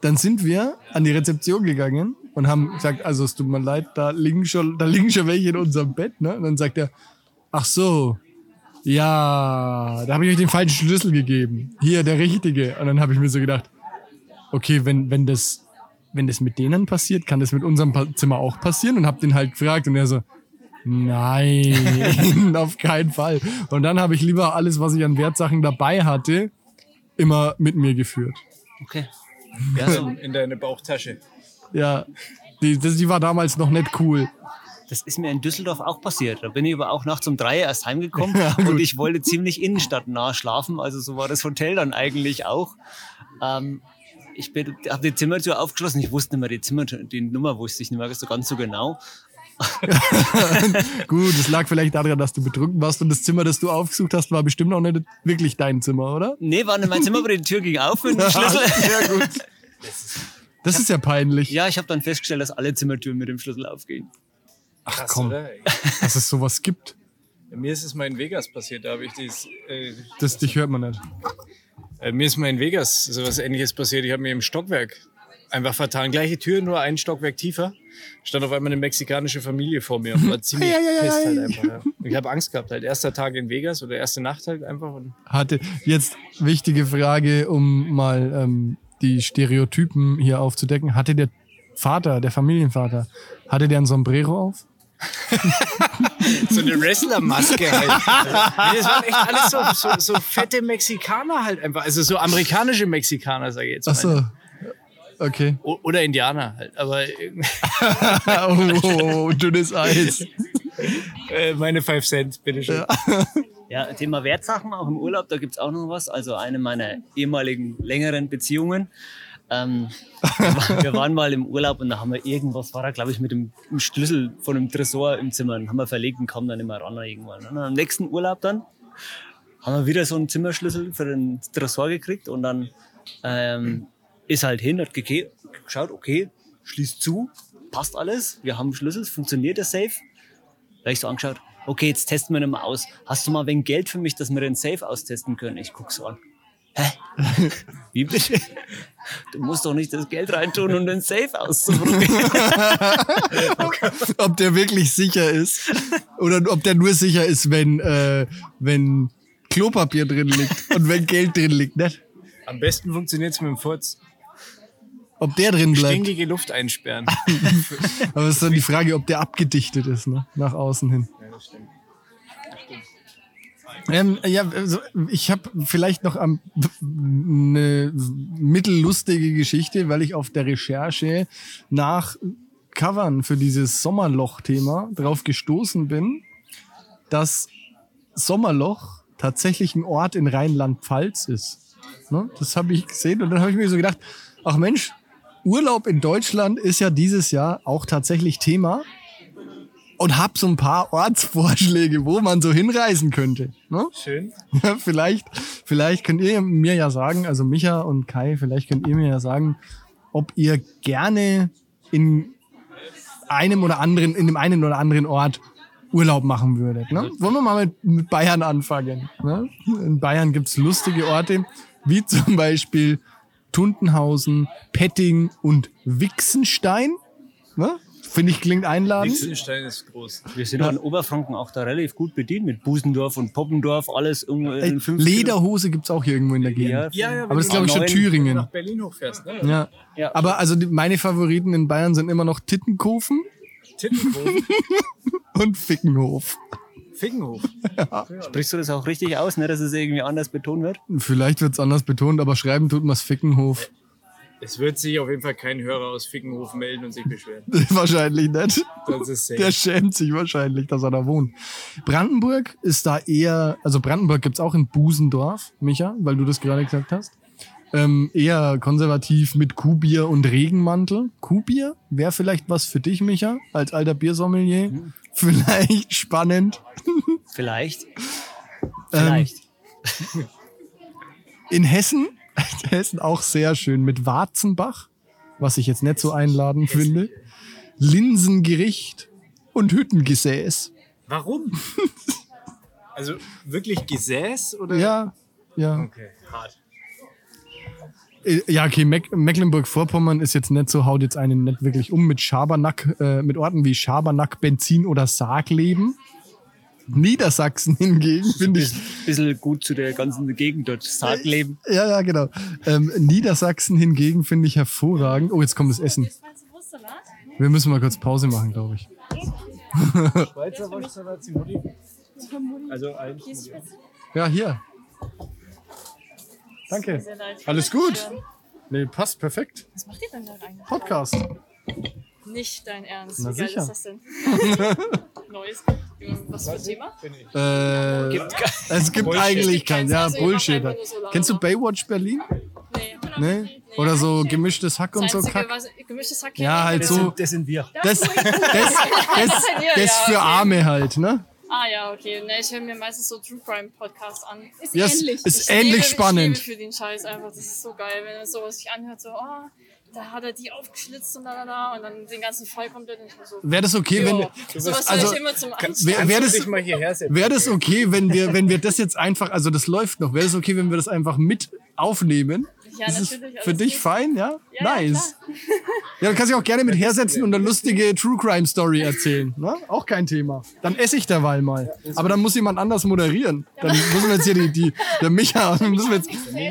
C: dann sind wir an die Rezeption gegangen und haben gesagt, also es tut mir leid, da liegen schon, da liegen schon welche in unserem Bett. Ne? Und dann sagt er, ach so, ja, da habe ich euch den falschen Schlüssel gegeben. Hier, der richtige. Und dann habe ich mir so gedacht, okay, wenn, wenn, das, wenn das mit denen passiert, kann das mit unserem Pa- Zimmer auch passieren. Und habe den halt gefragt und er so, nein, (laughs) auf keinen Fall. Und dann habe ich lieber alles, was ich an Wertsachen dabei hatte, immer mit mir geführt.
D: Okay.
B: Ja, so. In deine Bauchtasche.
C: Ja, die, das, die war damals noch nicht cool.
D: Das ist mir in Düsseldorf auch passiert. Da bin ich aber auch nachts um drei erst heimgekommen und ich wollte ziemlich innenstadtnah schlafen. Also so war das Hotel dann eigentlich auch. Ähm, ich habe die Zimmertür aufgeschlossen. Ich wusste nicht mehr die Zimmertür, die Nummer wusste ich nicht mehr so ganz so genau.
C: Gut, es lag vielleicht daran, dass du betrunken warst und das Zimmer, das du aufgesucht hast, war bestimmt auch nicht wirklich dein Zimmer, oder?
D: Nee, war nicht mein Zimmer, aber die Tür ging
C: (laughs)
D: auf mit dem Schlüssel.
C: Ja, gut. Das ist ja peinlich.
D: Ja, ich habe dann festgestellt, dass alle Zimmertüren mit dem Schlüssel aufgehen.
C: Ach
B: Krass,
C: komm,
B: oder?
C: dass es sowas gibt,
B: Mir ist es mal in Vegas passiert. Da habe ich dieses. Äh,
C: das dich hört man nicht.
B: äh, mir ist mal in Vegas sowas ähnliches passiert. Ich habe mir im Stockwerk einfach vertan. Gleiche Tür, nur ein Stockwerk tiefer. Stand auf einmal eine mexikanische Familie vor mir (laughs) und war ziemlich
C: Ei, ei, ei,
B: pisst halt
C: ei.
B: einfach. Ja. Und Ich habe Angst gehabt. Halt erster Tag in Vegas oder erste Nacht halt einfach. Und
C: Hatte jetzt wichtige Frage, um mal ähm, die Stereotypen hier aufzudecken. Hatte der Vater, der Familienvater, hatte der ein Sombrero auf?
B: so eine Wrestlermaske halt. (laughs) Nee, das waren echt alles so, so, so fette Mexikaner halt einfach. Also so amerikanische Mexikaner, sage ich jetzt. mal.
C: Ach so. Okay.
B: O- Oder Indianer halt. Aber irgendwie-
C: Ah, Oh, oh, (laughs) oh, dünnes Eis.
B: äh, (laughs) meine 5 Cent, bitteschön.
D: Ja, Thema Wertsachen auch im Urlaub, da gibt's auch noch was. Also eine meiner ehemaligen längeren Beziehungen. Ähm, wir waren mal im Urlaub und da haben wir irgendwas, war da glaube ich mit dem, dem Schlüssel von einem Tresor im Zimmer, den haben wir verlegt und kamen dann immer ran irgendwann. Und am nächsten Urlaub dann haben wir wieder so einen Zimmerschlüssel für den Tresor gekriegt und dann ähm, ist halt hin, hat geke- geschaut, okay, schließt zu, passt alles, wir haben Schlüssel, funktioniert der Safe. Da hab ich so angeschaut, okay, jetzt testen wir ihn mal aus. Hast du mal wegen Geld für mich, dass wir den Safe austesten können? Ich guck so an. Hä? Wie bitte? Du musst doch nicht das Geld reintun, um den Safe auszuprobieren.
C: (laughs) ob der wirklich sicher ist oder ob der nur sicher ist, wenn, äh, wenn Klopapier drin liegt und wenn Geld drin liegt. Nicht?
B: Am besten funktioniert es mit dem Furz.
C: Ob der drin bleibt.
B: Stinkige Luft einsperren.
C: Aber es ist dann die Frage, ob der abgedichtet ist, ne? nach außen hin. Ähm, ja, also ich habe vielleicht noch am, eine mittellustige Geschichte, weil ich auf der Recherche nach Covern für dieses Sommerloch-Thema drauf gestoßen bin, dass Sommerloch tatsächlich ein Ort in Rheinland-Pfalz ist. Ne? Das habe ich gesehen und dann habe ich mir so gedacht, ach Mensch, Urlaub in Deutschland ist ja dieses Jahr auch tatsächlich Thema und habe so ein paar Ortsvorschläge, wo man so hinreisen könnte. Ne?
B: Schön.
C: Ja, (laughs) vielleicht, vielleicht könnt ihr mir ja sagen, also Micha und Kai, vielleicht könnt ihr mir ja sagen, ob ihr gerne in einem oder anderen, in dem einen oder anderen Ort Urlaub machen würdet. Ne? Wollen wir mal mit, mit Bayern anfangen? Ne? In Bayern gibt's lustige Orte, wie zum Beispiel Tuntenhausen, Petting und Wixenstein. Ne? Finde ich, klingt einladend.
B: Lichtenstein ist groß.
D: Wir sind ja. in Oberfranken auch da relativ gut bedient mit Busendorf und Poppendorf, alles irgendwo
C: Ey,
D: in fünf
C: Lederhose gibt's auch hier irgendwo in der Gegend.
D: Ja,
C: Aber das ist, glaube ich, schon Thüringen.
B: Nach Berlin hochfährst, ne?
C: Ja.
D: Ja.
C: Aber also die, meine Favoriten in Bayern sind immer noch Tittenkofen
B: Tittenhof,
C: und Fickenhof.
B: Fickenhof.
D: Sprichst du das auch richtig aus, ne, dass es irgendwie anders betont wird?
C: Vielleicht wird's anders betont, aber schreiben tut man's Fickenhof. (laughs)
B: Es wird sich auf jeden Fall kein Hörer aus Fickenhof melden und sich beschweren.
C: wahrscheinlich nicht.
B: Das ist safe.
C: Der schämt sich wahrscheinlich, dass er da wohnt. Brandenburg ist da eher, also Brandenburg gibt's auch in Busendorf, Micha, weil du das gerade gesagt hast. Ähm, eher konservativ mit Kuhbier und Regenmantel. Kuhbier wäre vielleicht was für dich, Micha, als alter Biersommelier. Vielleicht spannend.
D: Vielleicht.
C: Ähm,
D: Vielleicht.
C: In Hessen, (laughs) Hessen auch sehr schön mit Warzenbach, was ich jetzt nicht so einladend finde. Linsengericht und Hüttengesäß. (laughs)
B: Warum? Also wirklich Gesäß oder?
C: Ja, ja.
B: Okay, hart.
C: Äh, Ja, okay, Meck Mecklenburg-Vorpommern ist jetzt nicht so, haut jetzt einen nicht wirklich um mit Schabernack, äh, mit Orten wie Schabernack, Benzin oder Sargleben. Niedersachsen hingegen finde ich,
D: bisschen gut zu der ganzen Gegend dort. Saatleben.
C: ja, ja, genau. Ähm, Niedersachsen hingegen finde ich hervorragend. Oh, jetzt kommt das Essen. Wir müssen mal kurz Pause machen, glaube ich.
B: Schweizer Wurstsalat Simoni. Also ein.
C: Ja, hier. Danke. Alles gut? Nee, passt perfekt.
E: Was macht ihr denn da rein?
C: Podcast.
E: Nicht dein Ernst.
C: Na
E: Wie geil
C: sicher.
E: ist
C: (laughs)
E: das denn? Neues. Was für ein Thema?
C: Äh, es gibt
B: Bullshit.
C: eigentlich keinen. Ja,
E: Also, ihr macht
C: Bullshit.
E: einfach nur so lange.
C: Kennst du Baywatch Berlin?
E: Nee.
C: Nee? Oder so gemischtes Hack
E: Das
C: und so
E: einzige,
C: Kack?
E: was gemischtes Hack
C: Ja, halt
E: Das-
C: so.
D: das sind wir.
E: (laughs)
C: Das, das, das,
E: seid ihr,
C: das
E: ja,
C: für
E: okay.
C: Arme halt, ne?
E: Ah ja, okay. Nee, ich höre mir meistens so True Crime Podcasts an.
A: Ist
C: Ja, es
A: ähnlich.
C: ist
E: Ich lebe-
C: ähnlich
E: Ich
C: spannend.
E: lebe für den Scheiß einfach. Das ist so geil, wenn er sowas sich anhört, so, oh, da hat er die aufgeschlitzt und da, da, da. Und dann den ganzen Fall komplett. Und ich war so,
C: Wäre das okay, wenn,
E: jo, sowas höre
C: also-
E: ich immer zum Anschluss.
C: wär, wär das,
B: Dich mal hierher setzen.
C: Wäre das okay, wenn wir, wenn wir das jetzt einfach, also das läuft noch, wäre das okay, wenn wir das einfach mit aufnehmen?
E: Ja,
C: das ist
E: natürlich,
C: für
E: alles
C: dich
E: gut.
C: fein, ja?
E: ja,
C: nice. Ja, du kannst dich auch gerne mit hersetzen und eine lustige True Crime Story erzählen. Ne? Auch kein Thema. Dann esse ich derweil mal. Aber dann muss jemand anders moderieren. Dann müssen wir jetzt hier die, die der
E: (laughs)
C: Micha, dann müssen wir jetzt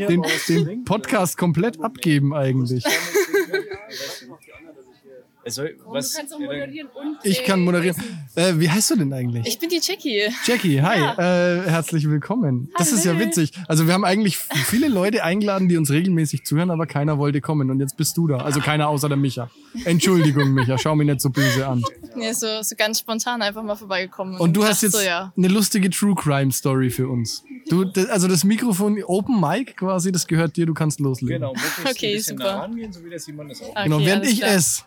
C: den, den Podcast komplett abgeben eigentlich.
B: Also, was,
A: Oh, Du kannst auch moderieren und.
C: Ich kann moderieren. Äh, wie heißt du denn eigentlich?
E: Ich bin die Jackie.
C: Jackie, hi, äh, herzlich willkommen. Das ist ja
E: Hallo.
C: witzig. Also wir haben eigentlich viele Leute eingeladen, die uns regelmäßig zuhören, aber keiner wollte kommen und jetzt bist du da. Also keiner außer der Micha. Entschuldigung, Micha, schau mich nicht so böse an.
E: Nee, so, so ganz spontan einfach mal vorbeigekommen.
C: Und du
E: ich
C: hast
E: dachte
C: jetzt
E: So, ja.
C: eine lustige True Crime Story für uns. Du, das, also das Mikrofon, Open Mic quasi, das gehört dir, du kannst loslegen.
B: Genau, möglichst
E: Okay,
B: ein bisschen
E: super.
B: nah rangehen, so wie der Simon das auch.
E: Okay,
C: Genau, während
E: alles
C: ich
E: klar.
C: esse.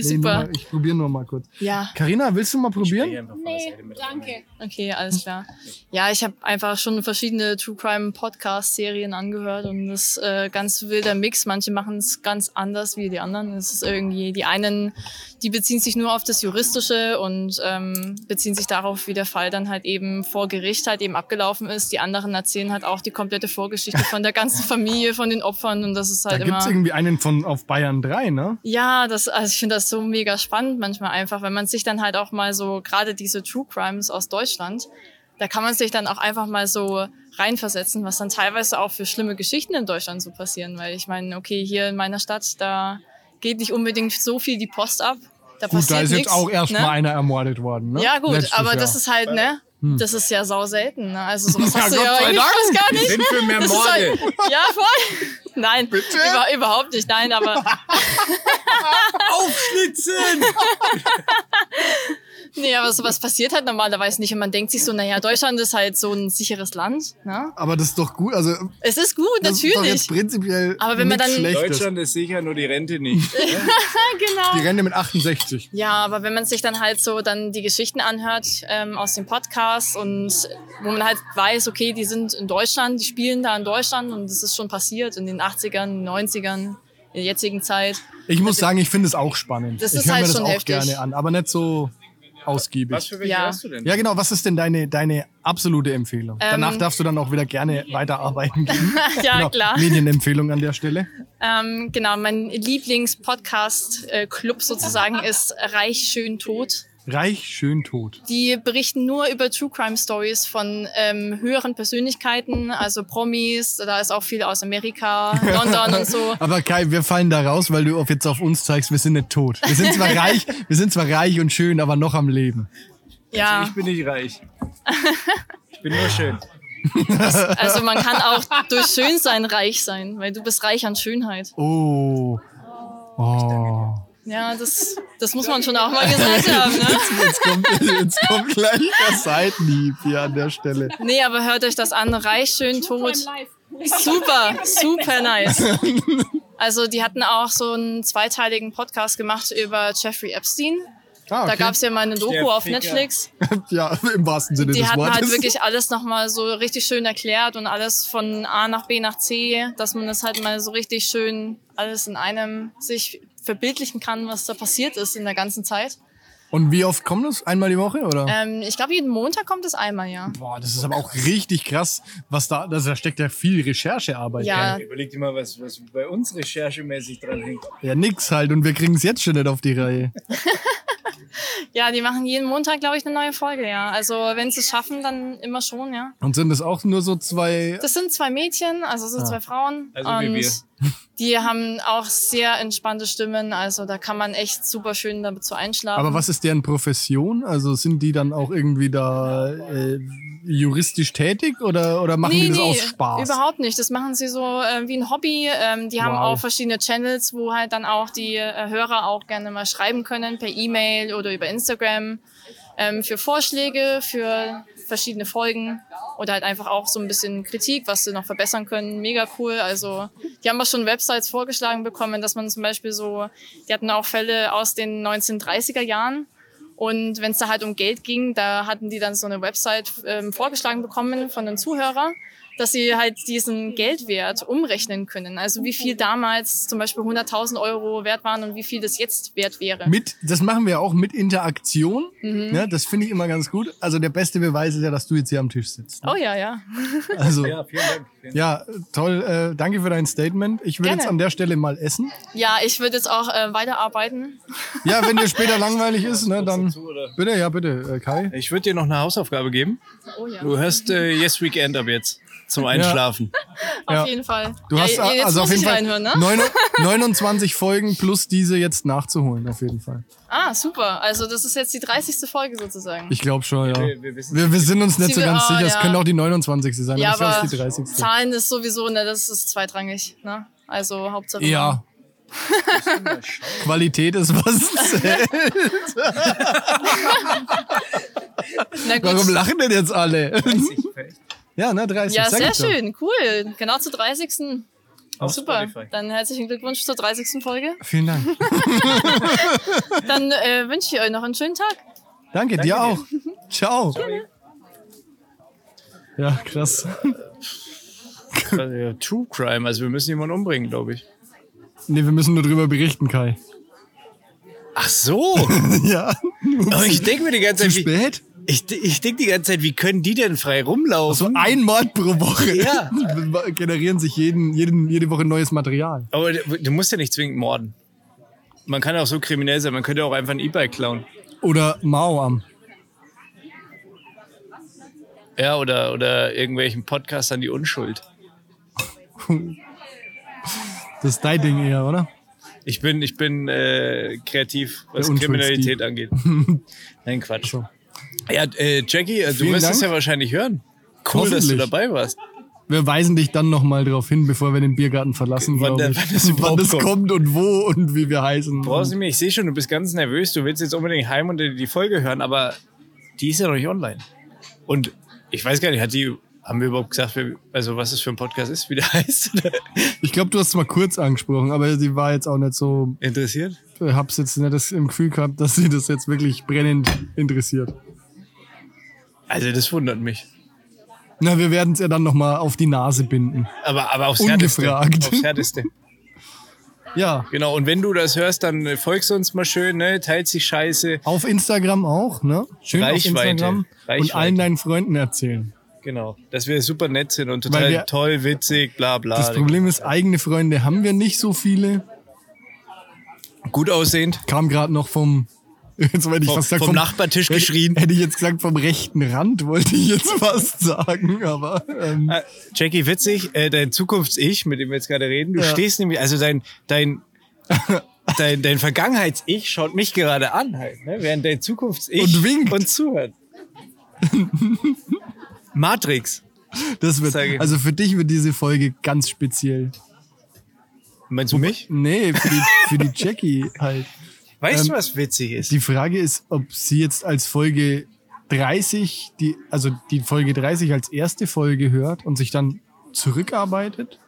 C: Nee, nur
E: super.
C: mal, ich probiere nur mal kurz.
E: Ja,
C: Karina, willst du mal probieren?
B: Nee,
A: Danke.
E: okay, alles klar. Ja, ich habe einfach schon verschiedene True Crime Podcast Serien angehört und das ist äh, ganz wilder Mix. Manche machen es ganz anders wie die anderen. Es ist irgendwie die einen, die beziehen sich nur auf das Juristische und ähm, beziehen sich darauf, wie der Fall dann halt eben vor Gericht halt eben abgelaufen ist. Die anderen erzählen halt auch die komplette Vorgeschichte von
C: (laughs)
E: der ganzen Familie, von den Opfern und das ist
C: Da
E: halt
C: gibt's
E: immer.
C: irgendwie einen von auf Bayern 3, ne?
E: Ja, das, also ich finde das so mega spannend manchmal einfach, wenn man sich dann halt auch mal so, gerade diese True Crimes aus Deutschland, da kann man sich dann auch einfach mal so reinversetzen, was dann teilweise auch für schlimme Geschichten in Deutschland so passieren. Weil ich meine, okay, hier in meiner Stadt, da geht nicht unbedingt so viel die Post ab. Da
C: Gut,
E: passiert
C: da ist jetzt
E: nichts,
C: auch erst
E: ne?
C: mal einer ermordet worden, ne?
E: Ja, gut,
C: Letztes
E: aber
C: Jahr. Hm.
E: das ist halt, ne? Das ist ja sau selten. Ne? Also sowas
C: (laughs) Ja,
E: hast
C: Gott
E: du ja
C: sei
E: eigentlich
C: Dank.
E: fast gar nicht.
B: Sind für (laughs) mehr
E: Das ist
B: Morde.
E: halt, (laughs) ja, voll. Nein, über, überhaupt nicht.
C: (laughs)
E: Nein, aber
B: Aufschlitzen!
E: Nee, aber sowas passiert halt normalerweise nicht. Und man denkt sich so, naja, Deutschland ist halt so ein sicheres Land. Ne?
C: Aber das ist doch gut. Also,
E: Es ist gut,
C: das ist doch
E: natürlich.
C: jetzt prinzipiell
E: Aber wenn man
C: nichts
E: dann-
C: Schlechtes.
B: Deutschland ist sicher, nur die Rente nicht.
E: genau.
C: Die Rente mit 68.
E: Ja, aber wenn man sich dann halt so dann die Geschichten anhört ähm, aus dem Podcast und wo man halt weiß, okay, die sind in Deutschland, die spielen da in Deutschland und das ist schon passiert in den 80ern, 90ern, in der
C: (laughs)
E: jetzigen Zeit.
C: Ich muss sagen, ich finde es auch spannend.
E: Das
C: ich
E: ist
C: höre
E: halt
C: mir das
E: schon
C: auch
E: heftig.
C: gerne an, aber nicht so ausgiebig.
B: (laughs) Was für welche
E: Ja.
B: hast du denn?
C: Ja, genau. Was ist denn deine, deine absolute Empfehlung? Danach darfst du dann auch wieder gerne weiterarbeiten.
E: Ähm. (laughs) ja,
C: Genau,
E: klar.
C: Medienempfehlung an der Stelle.
E: Ähm, genau, mein Lieblings-Podcast-Club sozusagen ist Reich, Schön, Tot.
C: Reich, schön, tot.
E: Die berichten nur über True Crime Stories von ähm, höheren Persönlichkeiten, also Promis, da ist auch viel aus Amerika, London und so.
C: Aber Kai, wir fallen da raus, weil du auf- jetzt auf uns zeigst, wir sind nicht tot. Wir sind
E: (laughs)
C: zwar reich, wir sind zwar reich und schön, aber noch am Leben.
E: Ja.
B: Ich bin nicht reich. Ich bin nur schön.
E: Also man kann auch durch Schönsein reich sein, weil du bist reich an Schönheit.
C: Oh. Oh.
E: Ja, das, das muss man schon auch mal gesagt haben. Ne?
C: Jetzt kommt, jetzt kommt gleich der Seitenhieb hier an der Stelle.
E: Nee, aber hört euch das an. Reich, schön, tot.
A: Live.
E: Super, super nice. Also die hatten auch so einen zweiteiligen Podcast gemacht über Jeffrey Epstein.
C: Ah,
E: Da
C: okay.
E: gab es ja mal eine Doku
B: Der
E: auf
B: Ficker.
E: Netflix.
C: ja, im wahrsten Sinne
E: Die
C: des
E: hatten
C: Wortes.
E: halt wirklich alles nochmal so richtig schön erklärt und alles von A nach B nach C, dass man das halt mal so richtig schön alles in einem sich verbildlichen kann, was da passiert ist in der ganzen Zeit.
C: Und wie oft kommt das? Einmal die Woche oder?
E: Ähm, ich glaube, jeden Montag kommt es einmal, ja.
C: Boah, das ist aber auch richtig krass, was da, also da steckt ja viel Recherchearbeit
E: Ja.
C: drin.
B: Überleg dir mal, was, was bei uns recherchemäßig dran hängt.
C: Ja, nix halt und wir kriegen es jetzt schon nicht auf die Reihe.
E: Ja, die machen jeden Montag, glaube ich, eine neue Folge, ja. Also wenn sie es schaffen, dann immer schon, ja.
C: Und sind das auch nur so zwei,
E: Das sind zwei Mädchen, also
C: Ah.
E: es sind zwei Frauen.
B: Also wie wir.
E: Die haben auch sehr entspannte Stimmen, also da kann man echt super schön dazu einschlafen.
C: aber was ist deren Profession? Also sind die dann auch irgendwie da äh, juristisch tätig oder, oder machen die das aus Spaß?
E: Überhaupt nicht. Das machen sie so äh, wie ein Hobby. Ähm, die haben
C: Wow.
E: auch verschiedene Channels, wo halt dann auch die äh, Hörer auch gerne mal schreiben können per E-Mail oder über Instagram ähm, für Vorschläge, für verschiedene Folgen oder halt einfach auch so ein bisschen Kritik, was sie noch verbessern können. Mega cool. Also die haben auch schon Websites vorgeschlagen bekommen, dass man zum Beispiel so, die hatten auch Fälle aus den 1930er Jahren. Und wenn es da halt um Geld ging, da hatten die dann so eine Website ähm, vorgeschlagen bekommen von einem Zuhörer, dass sie halt diesen Geldwert umrechnen können. Also wie viel damals zum Beispiel 100.000 Euro wert waren und wie viel das jetzt wert wäre.
C: Mit, das machen wir auch mit Interaktion.
E: Mhm.
C: Ja, das finde ich immer ganz gut. Also der beste Beweis ist ja, dass du jetzt hier am Tisch sitzt.
E: oh ja, ja.
C: Also ja,
B: Ja, vielen Dank. Vielen
C: toll. Äh, danke für dein Statement. Ich würde
E: Gerne.
C: jetzt an der Stelle mal essen.
E: Ja, ich würde jetzt auch äh, weiterarbeiten.
C: Ja, wenn dir später langweilig ist, ne, dann
B: dazu, oder?
C: bitte, ja bitte, äh, Kai.
B: Dank. Ich würde dir noch eine Hausaufgabe geben.
E: Oh ja,
B: Du hörst äh, Yes Weekend ab jetzt zum Einschlafen.
E: auf
C: ja.
E: jeden Fall.
C: Du hast
E: ja,
C: äh,
E: jetzt
C: also auf
E: muss
C: jeden
E: ich
C: Fall
E: reinhören, ne? (laughs)
C: 9 29 Folgen plus diese jetzt nachzuholen, auf jeden Fall.
E: Ah, super. Also das ist jetzt die 30. Folge sozusagen.
C: Ich glaube schon, ja.
B: Wir- wir wissen's
C: Wir, wir sind uns nicht so
E: Sie-
C: ganz
E: ah,
C: sicher. Es
E: ja.
C: könnte auch die 29. sein,
E: ja,
C: aber ich glaube, es
E: aber
C: ist die 30.
E: Zahlen ist sowieso, ne, das ist zweitrangig. Ne? Also Hauptsache.
C: Ja. Qualität ist was.
E: (laughs)
C: zählt.
E: (laughs) Na gut.
C: Warum lachen denn jetzt alle? (laughs) Ja, ne, 30.
E: Ja,
C: sag
E: sehr
C: ich doch.
E: schön, cool. Genau zur 30.
B: Auf
E: Super.
B: Spotify.
E: Dann herzlichen Glückwunsch zur 30. Folge.
C: Vielen Dank.
E: Dann äh, wünsche ich euch noch einen schönen Tag.
C: Danke, dir auch. Ciao. Ja, krass.
B: Also, ja, True Crime, also wir müssen jemanden umbringen, glaube ich.
C: Nee, wir müssen nur drüber berichten, Kai.
B: Ach so.
C: (laughs) Ja.
B: (laughs) Aber ich denke mir die ganze
C: Zu
B: Zeit, wie,
C: spät?
B: ich, ich denke die ganze Zeit, wie können die denn frei rumlaufen?
C: So ein Mord Also pro Woche.
B: Ja.
C: (laughs) Generieren sich jeden, jeden, jede Woche neues Material.
B: Aber du du musst ja nicht zwingend morden. Man kann auch so kriminell sein, man könnte auch einfach ein E-Bike klauen.
C: Oder Mao am.
B: Ja, oder, oder irgendwelchen Podcast an die Unschuld.
C: Das ist dein Ding eher, oder?
B: Ich bin, ich bin äh, kreativ, was
C: Der Unschuldsdieb.
B: Kriminalität
C: (laughs)
B: angeht. Nein, Quatsch.
C: so.
B: Ja, äh, Jackie, äh, du
C: Vielen
B: wirst es
C: Dank.
B: ja wahrscheinlich hören. Cool, dass du
C: Hoffentlich.
B: dabei warst.
C: Wir weisen dich dann nochmal darauf hin, bevor wir den Biergarten verlassen,
B: Wann
C: wann,
B: der-
C: ich.
B: wann das überhaupt
C: wann das
B: kommt.
C: kommt. und wo und wie wir heißen.
B: Brauchst du mir, ich sehe schon, du bist ganz nervös, du willst jetzt unbedingt heim und dir die Folge hören, aber die ist ja noch nicht online. Und ich weiß gar nicht, hat die, haben wir überhaupt gesagt, wer- also was es für ein Podcast ist, wie der (laughs) heißt?
C: Ich glaube, du hast es mal kurz angesprochen, aber sie war jetzt auch nicht so.
B: Interessiert?
C: Äh, Hab's jetzt nicht das im Gefühl gehabt, dass sie das jetzt wirklich brennend interessiert.
B: Also das wundert mich.
C: Na, wir werden es ja dann nochmal auf die Nase binden.
B: Aber, aber aufs
C: Ungefragt.
B: Härteste. Aufs Härteste.
C: Ja,
B: Genau, und wenn du das hörst, dann äh, folgst uns mal schön, ne? teilt sich Scheiße.
C: auf Instagram auch, ne? Schön auf
B: Reichweite.
C: Instagram und
B: Reichweite.
C: allen deinen Freunden erzählen.
B: Genau, dass wir super nett sind und
C: Weil
B: total
C: wir-
B: toll, witzig, bla bla.
C: Das Problem ist, eigene Freunde haben wir nicht so viele.
B: Gut aussehend,
C: Kam gerade noch vom, (laughs) jetzt wollte ich
B: vom,
C: fast sagen,
B: vom Nachbartisch geschrien.
C: Hätte ich jetzt gesagt, vom rechten Rand wollte
B: (laughs)
C: ich jetzt fast sagen, aber ähm,
B: Ah, Jackie, witzig, äh, dein Zukunfts-Ich, mit dem wir jetzt gerade reden, du
C: Ja.
B: stehst nämlich, also dein,
C: (laughs)
B: dein, dein, dein Vergangenheits-Ich schaut mich gerade an halt, ne? während dein Zukunfts-Ich
C: Und winkt.
B: uns
C: (laughs)
B: zuhört. Matrix.
C: das wird,
B: Zeige.
C: also für dich wird diese Folge ganz speziell.
B: Meinst du mich?
C: Nee, für die, für die Jackie halt.
B: Weißt
C: ähm,
B: du, was witzig ist?
C: Die Frage ist, ob sie jetzt als Folge 30, die, also die Folge 30 als erste Folge hört und sich dann zurückarbeitet.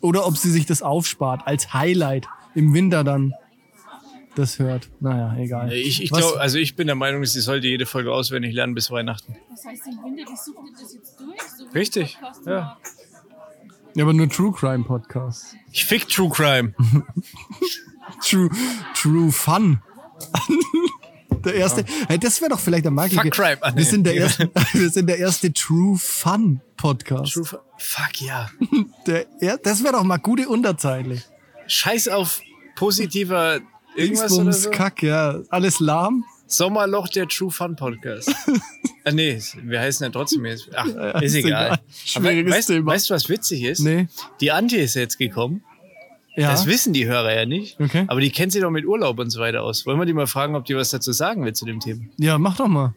C: Oder ob sie sich das aufspart, als Highlight im Winter dann das hört. Naja, egal.
B: Ich, ich
C: Was-
B: glaube, also ich bin der Meinung, sie sollte jede Folge auswendig lernen bis Weihnachten.
F: Das heißt, im Winter, die sucht ihr das jetzt durch? So wie
B: Richtig,
F: die Podcast-
B: ja.
C: Ja, aber nur True Crime Podcast.
B: Ich fick True Crime.
C: True, True Fun. (laughs) der erste. Hey, das wäre doch vielleicht der Marke.
B: Fuck Crime. Ah, nee.
C: Wir sind
B: (laughs)
C: der erste, (laughs) wir sind der erste True Fun Podcast.
B: True Fu- Fuck ja.
C: Der, er- das wäre doch mal gute Unterzeile.
B: Scheiß auf positiver irgendwas oder
C: Dingsbums,
B: so.
C: Kack, ja. Alles lahm.
B: Sommerloch der True Fun
C: (laughs)
B: Podcast. ah, nee, wir heißen ja trotzdem jetzt. Ach, ist
C: ist
B: egal.
C: egal. Schwieriges
B: Aber weißt,
C: Thema.
B: Weißt du, was witzig ist?
C: Nee.
B: Die Antje ist jetzt gekommen.
C: Ja.
B: Das wissen die Hörer ja nicht.
C: Okay.
B: Aber die kennt sich doch mit Urlaub und so weiter aus. Wollen wir die mal fragen, ob die was dazu sagen will zu dem Thema?
C: ja, mach doch mal.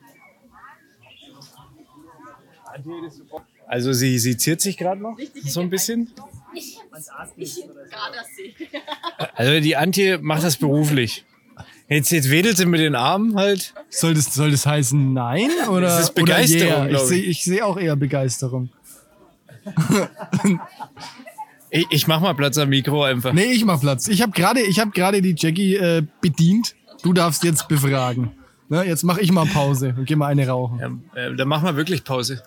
B: Also sie, sie ziert sich gerade noch so ein bisschen. Also die Antje macht das beruflich. Jetzt, jetzt wedelt sie mit den Armen halt.
C: Soll das, soll das heißen Nein? Oder,
B: Das ist Begeisterung,
C: oder yeah?
B: glaub
C: Ich
B: ich.
C: sehe ich seh auch eher Begeisterung.
B: Ich, ich mach mal Platz am Mikro einfach.
C: Nee, ich mach Platz. Ich habe gerade ich hab gerade die Jackie äh, bedient. Du darfst jetzt befragen. Ne, jetzt mach ich mal Pause und geh mal eine rauchen.
B: Ja, äh, dann machen wir wirklich Pause.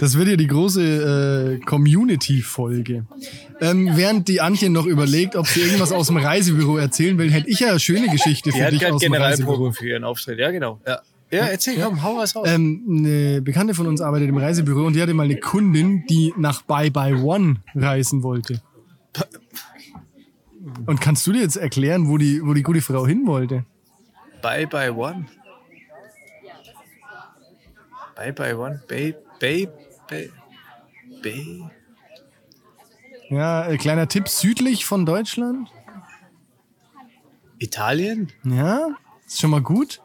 C: Das wird ja die große äh, Community-Folge. Ähm, während die Antje noch überlegt, ob sie irgendwas aus dem Reisebüro erzählen will, hätte ich ja eine schöne Geschichte
B: Die
C: für
B: hat
C: dich
B: gerade
C: aus dem Reisebüro.
B: Generalprobe für ihren Auftritt. Ja, genau. Ja, ja erzähl, komm, hau was raus.
C: Ähm, eine Bekannte von uns arbeitet im Reisebüro und die hatte mal eine Kundin, die nach Bye Bye One reisen wollte. Und kannst du dir jetzt erklären, wo die, wo die gute Frau hin wollte?
B: Bye bye one. Bye bye one. Babe, babe, babe. Babe.
C: Ja, äh, kleiner Tipp, südlich von Deutschland.
B: Italien?
C: Ja, ist schon mal gut.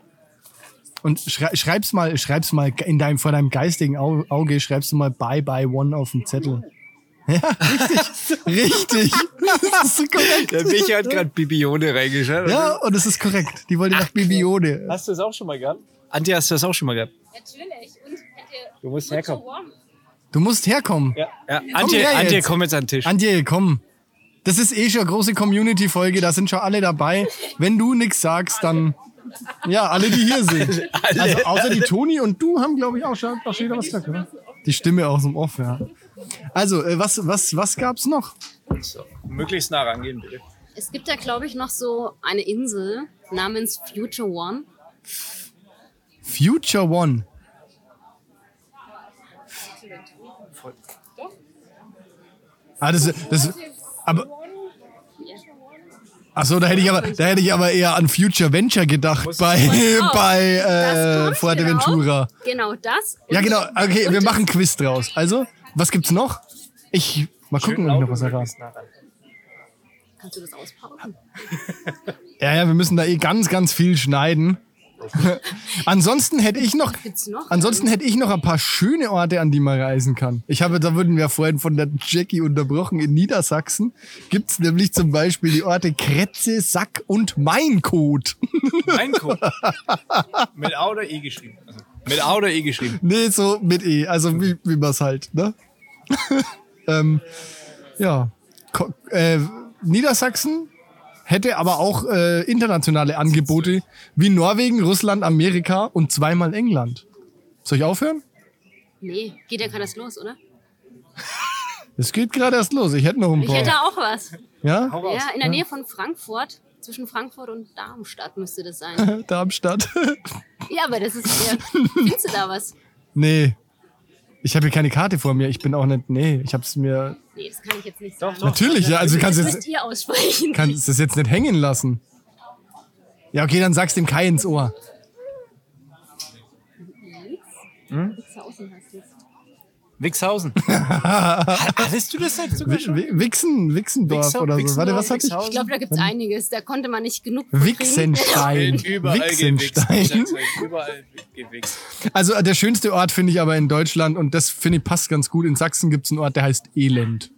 C: Und schrei schreib's mal, schreib's mal in deinem, vor deinem geistigen Au- Auge, schreibst du mal Bye Bye One auf den Zettel. Ja, richtig. richtig. Das ist korrekt.
B: Der Michi hat gerade Bibione reingeschaut.
C: Ja, und es ist korrekt. Die wollte nach Bibione.
B: Hast du das auch schon mal gehabt? Antje, hast du das auch schon mal gehabt?
F: Natürlich. Und hätte
B: Du musst herkommen.
C: Du musst herkommen.
B: Ja. ja. Antje,
C: her
B: Antje,
C: jetzt.
B: komm jetzt an den Tisch.
C: Antje, komm. Das ist eh schon eine große Community-Folge, da sind schon alle dabei. Wenn du nix sagst, dann. Ja, alle, die hier sind. Also außer die Toni und du haben, glaube ich, auch schon, auch schon wieder was gesagt, oder? Die Stimme aus dem Off, ja. Also, äh, was, was, was gab's noch?
B: So, möglichst nah rangehen, bitte.
G: Es gibt da, glaube ich, noch so eine Insel namens Future One.
C: Future One. Ah, das, das, aber, ach so, da hätte ich aber, da hätte ich aber eher an Future Venture gedacht bei,
G: Oh,
C: (laughs) bei
G: das
C: äh,
G: kommt
C: Fuerteventura.
G: Genau das.
C: Ja,
G: Und-
C: genau. Okay, wir
G: und-
C: machen Quiz draus. Also, was gibt's noch? Ich mal gucken, ob ich noch was errate.
G: Kannst du das auspausen?
C: Ja, ja, wir müssen da eh ganz, ganz viel schneiden. (laughs) Ansonsten hätte ich noch,
G: Gibt's noch?
C: ansonsten hätte ich noch ein paar schöne Orte, an die man reisen kann. Ich habe, da wurden wir vorhin von der Jackie unterbrochen. In Niedersachsen gibt's nämlich zum Beispiel die Orte Kretze, Sack und Mainkot. (laughs)
B: Reingucken. (laughs) Mit A oder E geschrieben. Also, mit A oder E geschrieben.
C: Nee, so mit E, also wie, wie man es halt, ne? (laughs) ähm, ja. Ko äh, Niedersachsen hätte aber auch äh, internationale Angebote wie Norwegen, Russland, Amerika und zweimal England. Soll ich aufhören?
G: Nee, geht ja gerade erst los, oder?
C: Es geht gerade erst los. Ich hätte noch ein
G: Ich hätte
C: paar.
G: auch was.
C: Ja?
G: Ja, in der Nähe von Frankfurt. Zwischen Frankfurt und Darmstadt müsste das sein.
C: Darmstadt.
G: Ja, aber das ist ja. Findest du da was?
C: (laughs) nee. Ich habe hier keine Karte vor mir. Ich bin auch nicht. Nee, ich habe es mir.
G: Nee, das kann ich jetzt nicht sagen.
C: Natürlich, ja. Also du kannst
G: Das
C: jetzt,
G: müsst ihr aussprechen.
C: kannst es jetzt nicht hängen lassen. Ja, okay, dann sag's dem Kai ins Ohr.
B: Wixhausen. Hattest du das halt sogar
C: W-
B: schon?
C: W- Wixen, Wixendorf
B: Wixen-
C: oder so.
B: Wixendorf,
C: Warte, was hatte ich?
B: Wixhausen?
G: Ich glaube, da gibt's einiges. Da konnte man nicht genug. von kriegen.
C: Wixenstein.
B: (laughs)
C: Wixenstein.
B: Überall gewichst.
C: Also äh, der schönste Ort finde ich aber in Deutschland und das finde ich passt ganz gut. In Sachsen gibt's einen Ort, der heißt Elend.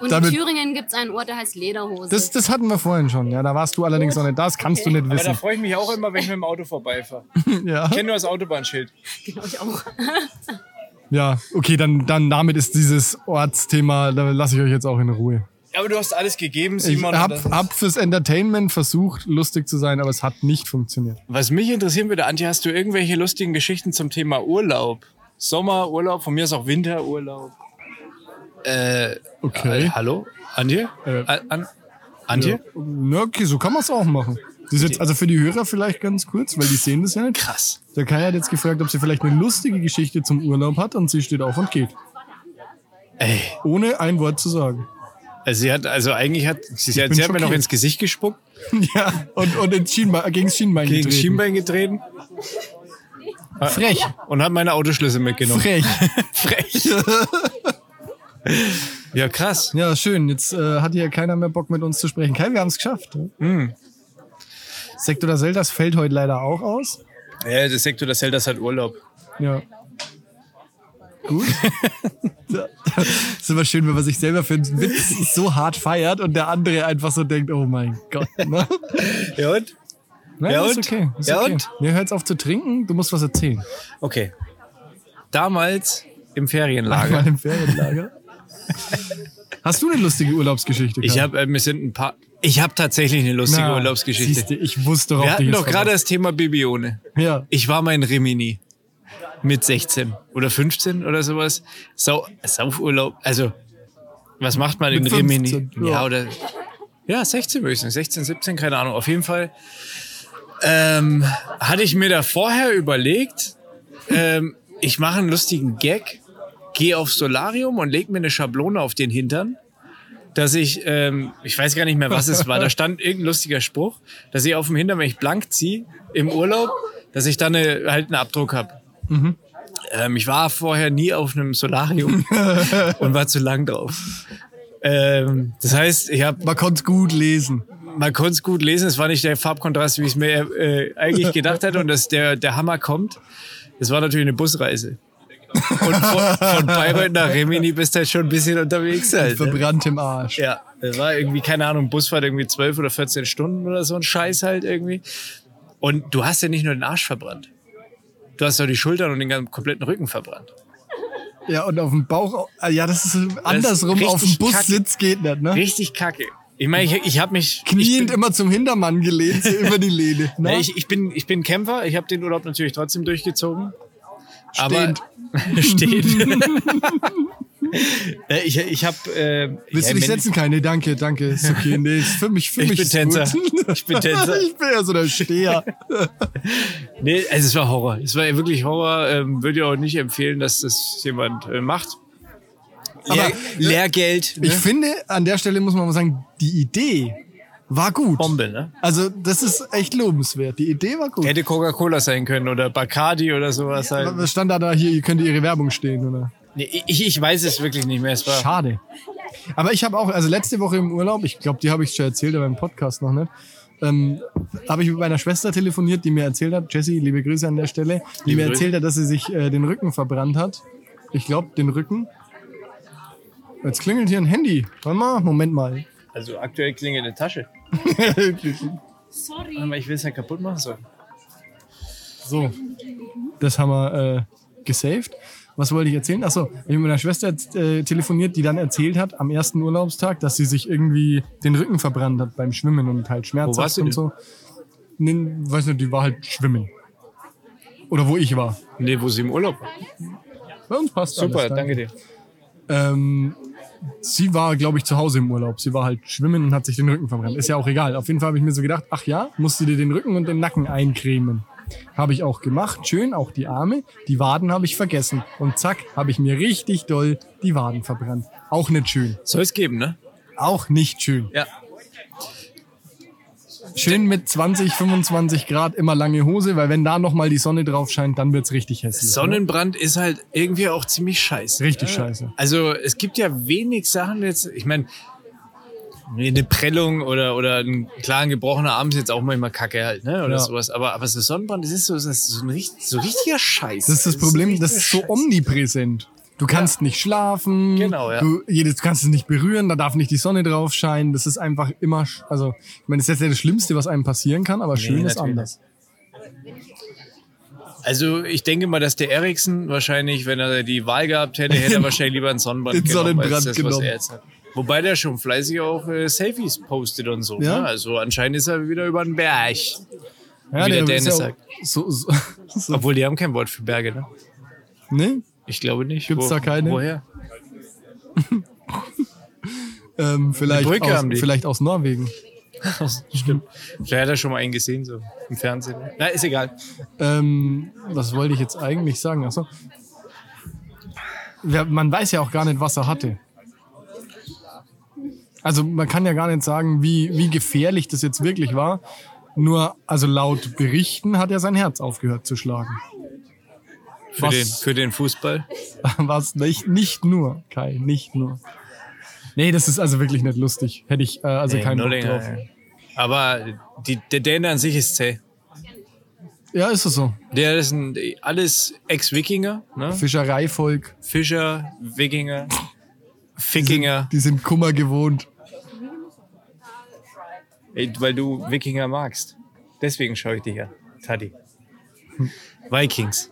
G: Und in
C: Damit-
G: Thüringen gibt's einen Ort, der heißt Lederhose.
C: Das, das hatten wir vorhin schon. Ja, da warst du allerdings noch nicht. Das kannst du nicht
B: Aber da
C: wissen.
B: freue ich mich auch immer, wenn ich mit dem Auto vorbeifahre. (laughs)
C: Ja.
B: Ich kenne nur das Autobahnschild.
G: Glaub ich auch.
C: Ja, okay, dann, dann damit ist dieses Ortsthema, da lasse ich euch jetzt auch in Ruhe.
B: Aber du hast alles gegeben,
C: Ich
B: Simon. und
C: hab,
B: das-
C: hab fürs Entertainment versucht, lustig zu sein, aber es hat nicht funktioniert.
B: Was mich interessieren würde, Antje, hast du irgendwelche lustigen Geschichten zum Thema Urlaub? Sommerurlaub, von mir ist auch Winterurlaub. Äh,
C: Okay.
B: äh, hallo? Antje?
C: Äh,
B: A- an, Antje?
C: Na, okay, so kann man es auch machen. Das ist jetzt, also für die Hörer vielleicht ganz kurz, weil die sehen das ja nicht.
B: Krass.
C: Der Kai hat jetzt gefragt, ob sie vielleicht eine lustige Geschichte zum Urlaub hat und sie steht auf und geht.
B: Ey,
C: Ohne ein Wort zu sagen. (laughs)
B: also sie hat, also eigentlich hat, sie, sie hat,
C: bin
B: sie hat mir noch
C: schockiert.
B: ins Gesicht gespuckt,
C: ja, und, und ins Schienbein, gegen das Schienbein
B: gegen das
C: getreten.
B: Schienbein getreten
C: Frech,
B: und hat meine Autoschlüssel mitgenommen.
C: frech.
B: Frech. (laughs) ja, krass.
C: Ja, schön. Jetzt äh, hat hier keiner mehr Bock, mit uns zu sprechen. Kai, wir haben es geschafft. ne?
B: Hm.
C: Sekt oder Zeldas fällt heute leider auch aus.
B: Ja, das Sektor, das hält das halt Urlaub.
C: Ja. Gut. (laughs) Ja. ist immer schön, wenn man sich selber für einen Witz so hart feiert und der andere einfach so denkt, oh mein Gott.
B: (laughs)
C: Ne?
B: Ja und?
C: Nein,
B: Ja
C: ist
B: und?
C: okay. Ist
B: Ja
C: okay.
B: und?
C: Nee, hör jetzt auf zu trinken, du musst was erzählen.
B: Okay. Damals im
C: (laughs)
B: Ferienlager.
C: Einmal im Ferienlager. Hast du eine lustige Urlaubsgeschichte?
B: Ich habe, äh, mir sind ein paar. Ich habe tatsächlich eine lustige Urlaubsgeschichte.
C: Siehste, ich wusste doch,
B: Wir
C: auf dich
B: hatten doch
C: ist
B: gerade das Thema Bibione.
C: was. Ja.
B: Ich war mal in Rimini mit 16 oder 15 oder sowas. Sau, Saufurlaub. Also, was macht man in
C: Mit
B: Rimini?
C: 15,
B: ja.
C: ja.
B: oder. Ja, 16 würde ich sagen. 16, 17, keine Ahnung. Auf jeden Fall ähm, hatte ich mir da vorher überlegt, ähm, ich mache einen lustigen Gag, gehe auf Solarium und leg mir eine Schablone auf den Hintern, dass ich, ähm, ich weiß gar nicht mehr, was es war, da stand irgendein lustiger Spruch, dass ich auf dem Hintern, wenn ich blank ziehe im Urlaub, dass ich dann eine, halt einen Abdruck habe.
C: Mhm.
B: Ähm, ich war vorher nie auf einem
C: (laughs)
B: Solarium und war zu lang drauf. Ähm, das heißt, ich habe
C: Man konnte es gut lesen.
B: man konnte es gut lesen. Es war nicht der Farbkontrast, wie ich es mir äh, eigentlich gedacht hatte. Und dass der, der Hammer kommt, das war natürlich eine Busreise. Und von, von Bayreuth nach Rimini bist du halt schon ein bisschen unterwegs. Halt, ne?
C: Verbrannt im Arsch.
B: Ja, das war irgendwie, keine Ahnung, Busfahrt irgendwie 12 oder 14 Stunden oder so ein Scheiß halt irgendwie. Und du hast ja nicht nur den Arsch verbrannt. Du hast doch die Schultern und den ganzen kompletten Rücken verbrannt.
C: Ja, und auf dem Bauch. au- ah, Ja, das ist andersrum.
B: richtig
C: auf dem Bussitz
B: kacke.
C: geht nicht, ne?
B: Richtig kacke. Ich meine, ich, ich habe mich... ich bin-
C: Kniend immer zum Hintermann gelehnt, so über die Lehne. Ne?
B: Nee, ich, ich, bin, ich bin Kämpfer, ich habe den Urlaub natürlich trotzdem durchgezogen.
C: Stehend.
B: Aber, (laughs)
C: (laughs)
B: stehend. Äh, ich ich habe. Äh,
C: Willst
B: ja,
C: du dich
B: wenn-
C: setzen? Keine, danke, danke. Ist okay. Nee, ist für mich, für
B: Ich
C: mich
B: bin
C: ist
B: Tänzer.
C: Gut.
B: Ich bin Tänzer.
C: (laughs) ich bin ja so
B: (laughs)
C: der Steher.
B: Nee, also es war Horror. Es war ja wirklich Horror. Ähm, Würde ich auch nicht empfehlen, dass das jemand äh, macht.
C: Aber-
B: Lehrgeld. Ne?
C: Ich finde, an der Stelle muss man mal sagen, die Idee war gut.
B: Bombe, ne?
C: Also, das ist echt lobenswert. Die Idee war gut.
B: Hätte Coca-Cola sein können oder Bacardi oder sowas. Halt.
C: Was stand da, da hier, ihr könnt ihre Werbung stehen, oder?
B: Nee, ich, ich weiß es wirklich nicht mehr. Es war
C: Schade. Aber ich habe auch, also letzte Woche im Urlaub, ich glaube, die habe ich schon erzählt, aber im Podcast noch nicht, ähm, habe ich mit meiner Schwester telefoniert, die mir erzählt hat, Jessie, liebe Grüße an der Stelle, die mir erzählt hat, dass sie sich äh, den Rücken verbrannt hat. Ich glaube, den Rücken. Jetzt klingelt hier ein Handy. Warte mal, Moment mal.
B: Also aktuell klingelt eine
C: (laughs)
B: Tasche.
H: Sorry.
B: Aber ich will es ja kaputt machen. So.
C: So, das haben wir äh, gesaved. Was wollte ich erzählen? Achso, ich habe mit meiner Schwester jetzt, äh, telefoniert, die dann erzählt hat am ersten Urlaubstag, dass sie sich irgendwie den Rücken verbrannt hat beim Schwimmen und halt Schmerz
B: warst
C: hat
B: du
C: und
B: denn?
C: so. Nee, weiß nicht, die war halt schwimmen. Oder wo ich war.
B: Nee, wo sie im Urlaub war.
C: Bei uns passt
B: Super,
C: alles,
B: danke dir.
C: Ähm, sie war, glaube ich, zu Hause im Urlaub. Sie war halt schwimmen und hat sich den Rücken verbrannt. Ist ja auch egal. Auf jeden Fall habe ich mir so gedacht, ach ja, musst du dir den Rücken und den Nacken eincremen. Habe ich auch gemacht. Schön, auch die Arme. Die Waden habe ich vergessen. Und zack, habe ich mir richtig doll die Waden verbrannt. Auch nicht schön.
B: Soll es geben, ne?
C: Auch nicht schön.
B: Ja.
C: Schön mit 20, 25 Grad immer lange Hose, weil wenn da nochmal die Sonne drauf scheint, dann wird's richtig hässlich.
B: Sonnenbrand ist halt irgendwie auch ziemlich scheiße.
C: Richtig scheiße.
B: Also es gibt ja wenig Sachen jetzt, ich meine, eine Prellung oder, oder ein klaren gebrochener Arm ist jetzt auch manchmal kacke halt, ne? Oder
C: Ja.
B: sowas. Aber, aber so Sonnenbrand, das ist so, das ist so ein richt- so richtiger Scheiß.
C: Das ist das Problem, das ist so um-
B: richtiger Scheiß.
C: omnipräsent. Du kannst nicht schlafen.
B: Genau, ja.
C: Du, jedes, du kannst es nicht berühren, da darf nicht die Sonne drauf scheinen. Das ist einfach immer, sch- also, ich meine, das ist jetzt nicht das Schlimmste, was einem passieren kann, aber schön ist
B: natürlich
C: anders.
B: Also ich denke mal, dass der Eriksen wahrscheinlich, wenn er die Wahl gehabt hätte, hätte er wahrscheinlich lieber einen Sonnenbrand
C: Genau. Den
B: genommen.
C: Sonnenbrand
B: als das, was
C: genommen.
B: er jetzt hat. Wobei der schon fleißig auch äh, Selfies postet und so.
C: Ja.
B: Ne? Also anscheinend ist er wieder über den Berg.
C: Ja,
B: Wie der
C: ist
B: Däne
C: ja auch
B: sagt.
C: So, so, (laughs) so,
B: Obwohl, die haben kein Wort für Berge, ne?
C: ne?
B: Ich glaube nicht.
C: Gibt's da keine? (laughs)
B: Woher?
C: Ähm, vielleicht,
B: Brücke
C: aus,
B: haben die.
C: vielleicht aus Norwegen.
B: Stimmt. Vielleicht hat er schon mal einen gesehen, so im Fernsehen. Na, ist egal.
C: Ähm, was wollte ich jetzt eigentlich sagen? Achso. Ja, man weiß ja auch gar nicht, was er hatte. Also man kann ja gar nicht sagen, wie, wie gefährlich das jetzt wirklich war. Nur, also laut Berichten hat er sein Herz aufgehört zu schlagen. (laughs)
B: Für,
C: Was?
B: den, für den Fußball.
C: Was nicht, nicht nur, Kai, nicht nur. Nee, das ist also wirklich nicht lustig. Hätte ich äh, also
B: Nee,
C: keinen
B: nur
C: Bock
B: länger,
C: drauf.
B: ja. Aber die, der Däne an sich ist zäh.
C: Ja, ist es so.
B: Der ist ein, alles Ex-Wikinger, ne?
C: Fischereivolk,
B: Fischer, Wikinger, Fickinger.
C: die sind Kummer gewohnt.
B: Ey, weil du Wikinger magst. Deswegen schaue ich dich an, Taddy.
C: Hm.
B: Vikings.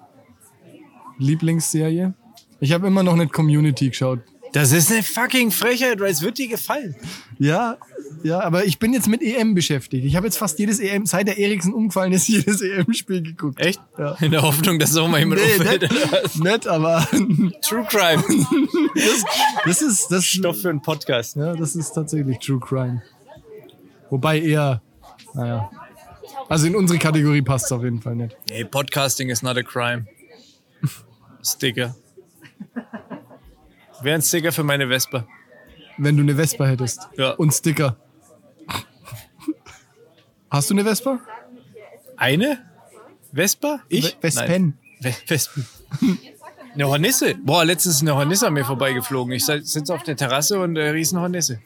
C: Lieblingsserie? Ich habe immer noch nicht Community geschaut.
B: Das ist eine fucking Frechheit, weil es wird dir gefallen.
C: Ja, ja, aber ich bin jetzt mit EM beschäftigt. Ich habe jetzt fast jedes EM, seit der Eriksen umgefallen ist, (laughs) jedes EM-Spiel geguckt.
B: Echt?
C: Ja.
B: In der Hoffnung, dass auch mal jemand
C: Nee, ne?
B: umfällt. (laughs)
C: nett, nett, aber (laughs)
B: True Crime.
C: das ist,
B: (laughs)
C: das,
B: Stoff für einen Podcast.
C: ja, das ist tatsächlich True Crime. Wobei eher, naja. Also in unsere Kategorie passt es auf jeden Fall nicht.
B: Nee, Podcasting is not a crime. Sticker. Wäre ein Sticker für meine Vespa.
C: Wenn du eine Vespa hättest
B: Ja.
C: und Sticker. (laughs) Hast du eine Vespa?
B: Eine? Vespa? Ich?
C: Ve- Vespen.
B: Nein. Ve- Vespen. Eine Hornisse. Boah, letztens ist eine Hornisse an mir vorbeigeflogen. Ich sitze auf der Terrasse und äh, riesen Hornisse.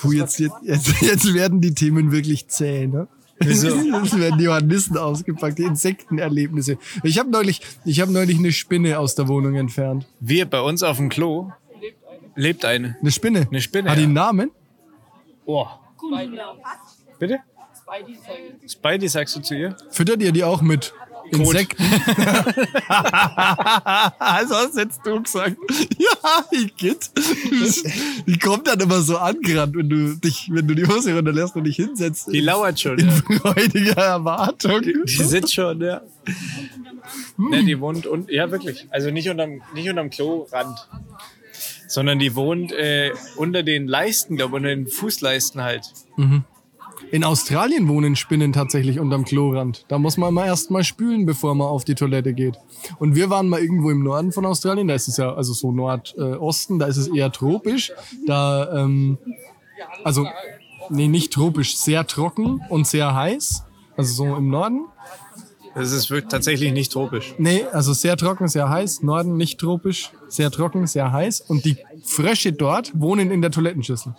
C: Puh, jetzt, jetzt, jetzt, (laughs) jetzt werden die Themen wirklich zäh, ne?
B: Wieso?
C: (laughs) Jetzt werden die Johannissen ausgepackt, die Insektenerlebnisse. Ich habe neulich, ich hab neulich eine Spinne aus der Wohnung entfernt.
B: Wir bei uns auf dem Klo lebt eine.
C: Eine Spinne.
B: Eine Spinne,
C: Hat die
B: ja.
C: einen Namen?
B: Oh. Bitte? Spidey sagst du zu ihr?
C: Füttert ihr die auch mit
B: (laughs)
C: Insekten? (laughs) also hast jetzt du gesagt. (laughs) Ja, Igitt. Die kommt dann immer so angerannt, wenn du dich, wenn du die Hose runterlässt und dich hinsetzt.
B: Die lauert schon.
C: in
B: Ja.
C: freudiger
B: (laughs)
C: Erwartung.
B: Die sitzt schon, ja. Ne, die wohnt und ja wirklich. Also nicht unterm, nicht unterm Klorand, sondern die wohnt äh, unter den Leisten, glaube unter den Fußleisten halt.
C: In Australien wohnen Spinnen tatsächlich unterm Klorand. Da muss man immer erstmal spülen, bevor man auf die Toilette geht. Und wir waren mal irgendwo im Norden von Australien, da ist es ja, also so Nordosten, äh, Osten, da ist es eher tropisch. Da, ähm, also, nee, nicht tropisch, sehr trocken und sehr heiß. Also so im Norden.
B: Das ist wirklich tatsächlich nicht tropisch.
C: Nee, also sehr trocken, sehr heiß. Norden nicht tropisch, sehr trocken, sehr heiß. Und die Frösche dort wohnen in der Toilettenschüssel.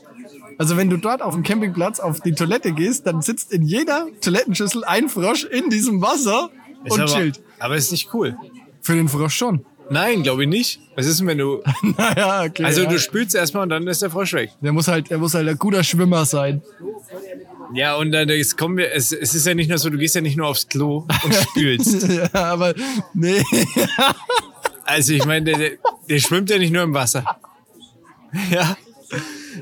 C: Also wenn du dort auf dem Campingplatz auf die Toilette gehst, dann sitzt in jeder Toilettenschüssel ein Frosch in diesem Wasser
B: Ist
C: und
B: aber,
C: chillt.
B: Aber ist nicht cool.
C: Für den Frosch schon. (laughs)
B: Nein, glaube ich nicht. Was ist denn, wenn (laughs) du.
C: naja, okay.
B: Also
C: ja.
B: du spülst erstmal und dann ist der Frosch weg.
C: der muss halt, der muss halt ein guter Schwimmer sein. (laughs)
B: Ja, und dann jetzt kommen wir. Es, es ist ja nicht nur so, du gehst ja nicht nur aufs Klo (laughs) und spülst.
C: ja, aber nee.
B: also ich meine, der, der, der schwimmt ja nicht nur im Wasser. Ja.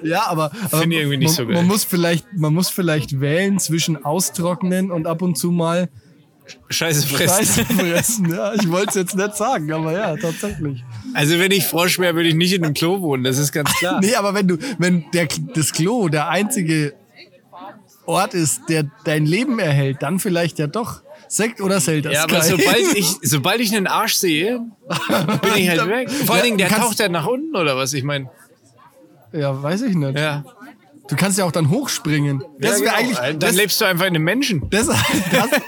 C: Ja, aber, aber
B: Finde ich irgendwie nicht
C: man,
B: so geil.
C: man muss vielleicht, man muss vielleicht wählen zwischen austrocknen und ab und zu mal
B: Scheiße fressen.
C: Scheiße fressen. Ja, ich wollte es jetzt nicht sagen, aber ja, tatsächlich.
B: Also wenn ich Frosch wäre, würde ich nicht in einem Klo wohnen, das ist ganz (laughs) klar.
C: Nee, aber wenn du, wenn der, das Klo der einzige Ort ist, der dein Leben erhält, dann vielleicht ja doch. Sekt oder Selter
B: Ja, aber
C: Sky.
B: sobald (laughs) ich, sobald ich einen Arsch sehe, bin ich halt weg. Vor allen Dingen, der
C: du kannst-
B: taucht ja nach unten oder was? Ich meine,
C: Ja, weiß ich nicht.
B: ja.
C: Du kannst ja auch dann hochspringen. Das
B: ja, genau.
C: wäre eigentlich,
B: Dann
C: das,
B: lebst du einfach in einem Menschen.
C: das, das,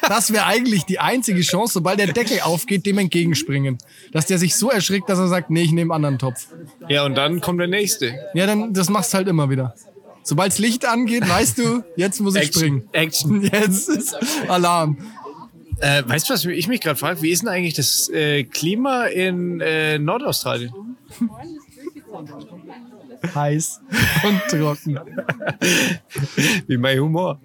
C: das wäre eigentlich die einzige Chance, sobald der Deckel aufgeht, dem entgegenspringen. Dass der sich so erschrickt, dass er sagt, nee, ich nehme einen anderen Topf.
B: Ja, und dann kommt der nächste.
C: Ja, dann, das machst halt immer wieder. Sobald's Licht angeht, weißt du, jetzt muss ich springen.
B: Action.
C: (laughs) Jetzt ist Alarm.
B: Äh, weißt du, was ich mich gerade frage? Wie ist denn eigentlich das äh, Klima in äh, Nordaustralien?
C: Heiß und trocken.
B: Wie mein (laughs) Humor.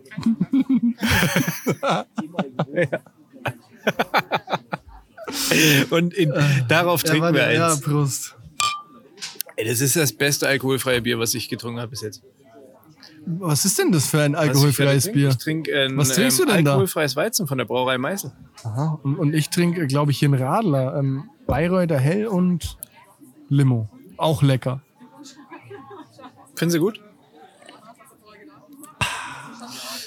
B: Ja. Und in, darauf trinken wir Äh, eins.
C: ja, Prost.
B: Ey, das ist das beste alkoholfreie Bier, was ich getrunken habe bis jetzt.
C: Was ist denn das für ein
B: Was ich gerade
C: alkoholfreies
B: trinke?
C: Bier?
B: Ich trinke ein ähm,
C: Was trinkst du denn da?
B: alkoholfreies Weizen von der Brauerei Meißel.
C: Aha. Und, und ich trinke, glaube ich, hier einen Radler. Ähm, Bayreuther Hell und Limo. Auch lecker.
B: Finden Sie gut?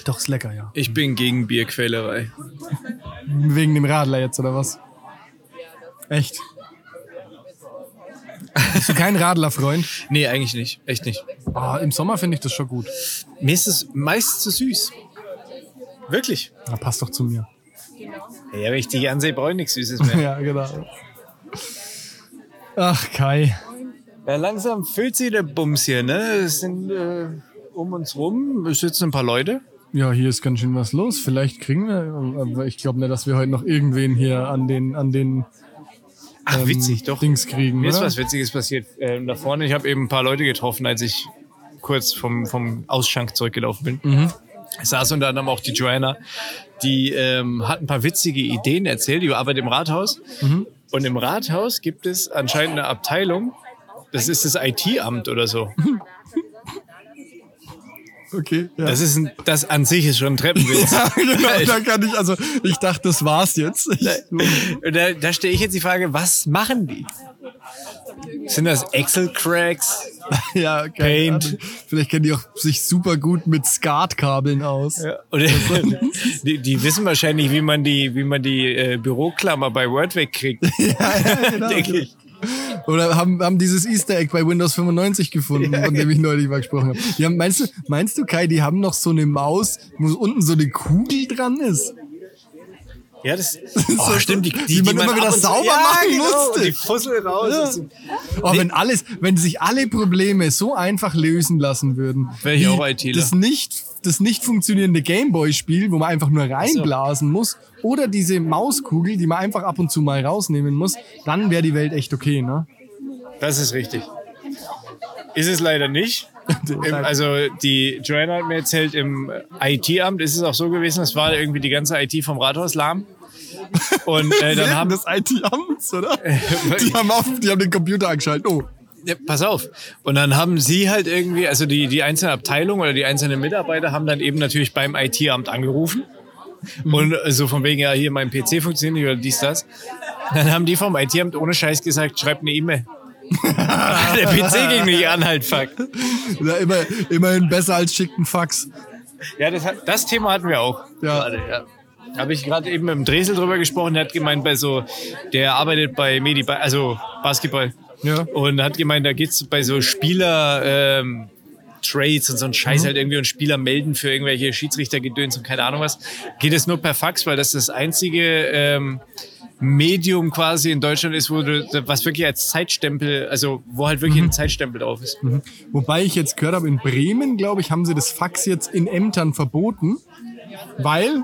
C: Doch, ist lecker, ja.
B: Ich bin gegen Bierquälerei.
C: Wegen dem Radler jetzt, oder was? Echt? Bist du kein Radlerfreund?
B: Nee, eigentlich nicht. Echt nicht.
C: Ah, Im Sommer finde ich das schon gut.
B: Mir ist es meist zu süß. Wirklich.
C: Na, Ah, passt doch zu mir.
B: Ja, wenn ich dich ansehe, brauche ich nichts Süßes mehr.
C: Ja, genau. Ach, Kai.
B: (laughs) Ja, langsam füllt sie der Bums hier, ne? Es sind äh, um uns rum, es sitzen ein paar Leute.
C: Ja, hier ist ganz schön was los. Vielleicht kriegen wir, aber ich glaube nicht, dass wir heute noch irgendwen hier an den, an den
B: Ach,
C: ähm,
B: witzig, doch.
C: Dings kriegen.
B: Mir ist
C: Oder?
B: was Witziges passiert. Ähm, da vorne, ich habe eben ein paar Leute getroffen, als ich kurz vom, vom Ausschank zurückgelaufen bin. Es saß unter anderem auch die Joanna. Die ähm, hat ein paar witzige Ideen erzählt. Die arbeitet im Rathaus. Und im Rathaus gibt es anscheinend eine Abteilung. Das ist das IT-Amt oder so.
C: Okay, ja.
B: Das, ist ein, das an sich ist schon ein Treppenwitz.
C: (laughs) genau, da kann ich, also ich dachte, das war's jetzt. Ich,
B: Und da, da stelle ich jetzt die Frage, was machen die? Sind das Excel-Cracks?
C: (laughs) ja, keine
B: Paint.
C: Ahnung. Vielleicht kennen die auch sich super gut mit Skatkabeln aus.
B: Oder (laughs) die, die wissen wahrscheinlich, wie man die, wie man die äh, Büroklammer bei Word
C: (laughs)
B: wegkriegt.
C: genau.
B: Denke ich.
C: Oder haben, haben dieses Easter Egg bei Windows 95 gefunden, von dem ich neulich mal gesprochen habe. Die haben, meinst, du, meinst du, Kai, die haben noch so eine Maus, wo unten so eine Kugel dran ist?
B: Ja, das oh, stimmt. Die, die,
C: die man immer
B: ab
C: wieder
B: und zu-
C: sauber
B: ja,
C: machen
B: genau,
C: musste.
B: und Die Fussel raus.
C: Ja.
B: Das ist-
C: Oh, wenn alles, wenn sich alle Probleme so einfach lösen lassen würden.
B: Wär ich
C: wie
B: auch ITler.
C: Das nicht, das nicht funktionierende Gameboy-Spiel, wo man einfach nur reinblasen muss, oder diese Mauskugel, die man einfach ab und zu mal rausnehmen muss, dann wäre die Welt echt okay, ne?
B: Das ist richtig. Ist es leider
C: (laughs)
B: nicht. Im, also die Joanna hat mir erzählt, im IT-Amt ist es auch so gewesen, es war irgendwie die ganze IT vom Rathaus lahm. Und äh, dann haben Äh,
C: das IT-Amts, oder? die haben auf, die haben den Computer angeschaltet. Oh.
B: Ja, pass auf. Und dann haben sie halt irgendwie, also die, die einzelne Abteilung oder die einzelnen Mitarbeiter haben dann eben natürlich beim IT-Amt angerufen. Und äh, so von wegen, ja, hier mein PC funktioniert nicht oder dies, das. Dann haben die vom IT-Amt ohne Scheiß gesagt, schreibt eine E-Mail. (laughs) Der PC ging nicht an, halt, fuck.
C: Ja, immer, immerhin besser als schickt ein Fax.
B: Ja, das, hat- das Thema hatten wir auch.
C: Ja.
B: Gerade, ja. Habe ich gerade eben mit dem Dresel drüber gesprochen. Der hat gemeint, bei so, der arbeitet bei Medi, also Basketball.
C: Ja.
B: Und hat gemeint, da geht's bei so Spieler, ähm, Trades und so ein
C: Mhm.
B: Scheiß halt irgendwie und Spieler melden für irgendwelche Schiedsrichtergedöns und keine Ahnung was. Geht es nur per Fax, weil das das einzige ähm, Medium quasi in Deutschland ist, wo du, was wirklich als Zeitstempel, also wo halt wirklich
C: Mhm.
B: ein Zeitstempel drauf ist.
C: Wobei ich jetzt gehört habe, in Bremen, glaube ich, haben sie das Fax jetzt in Ämtern verboten, weil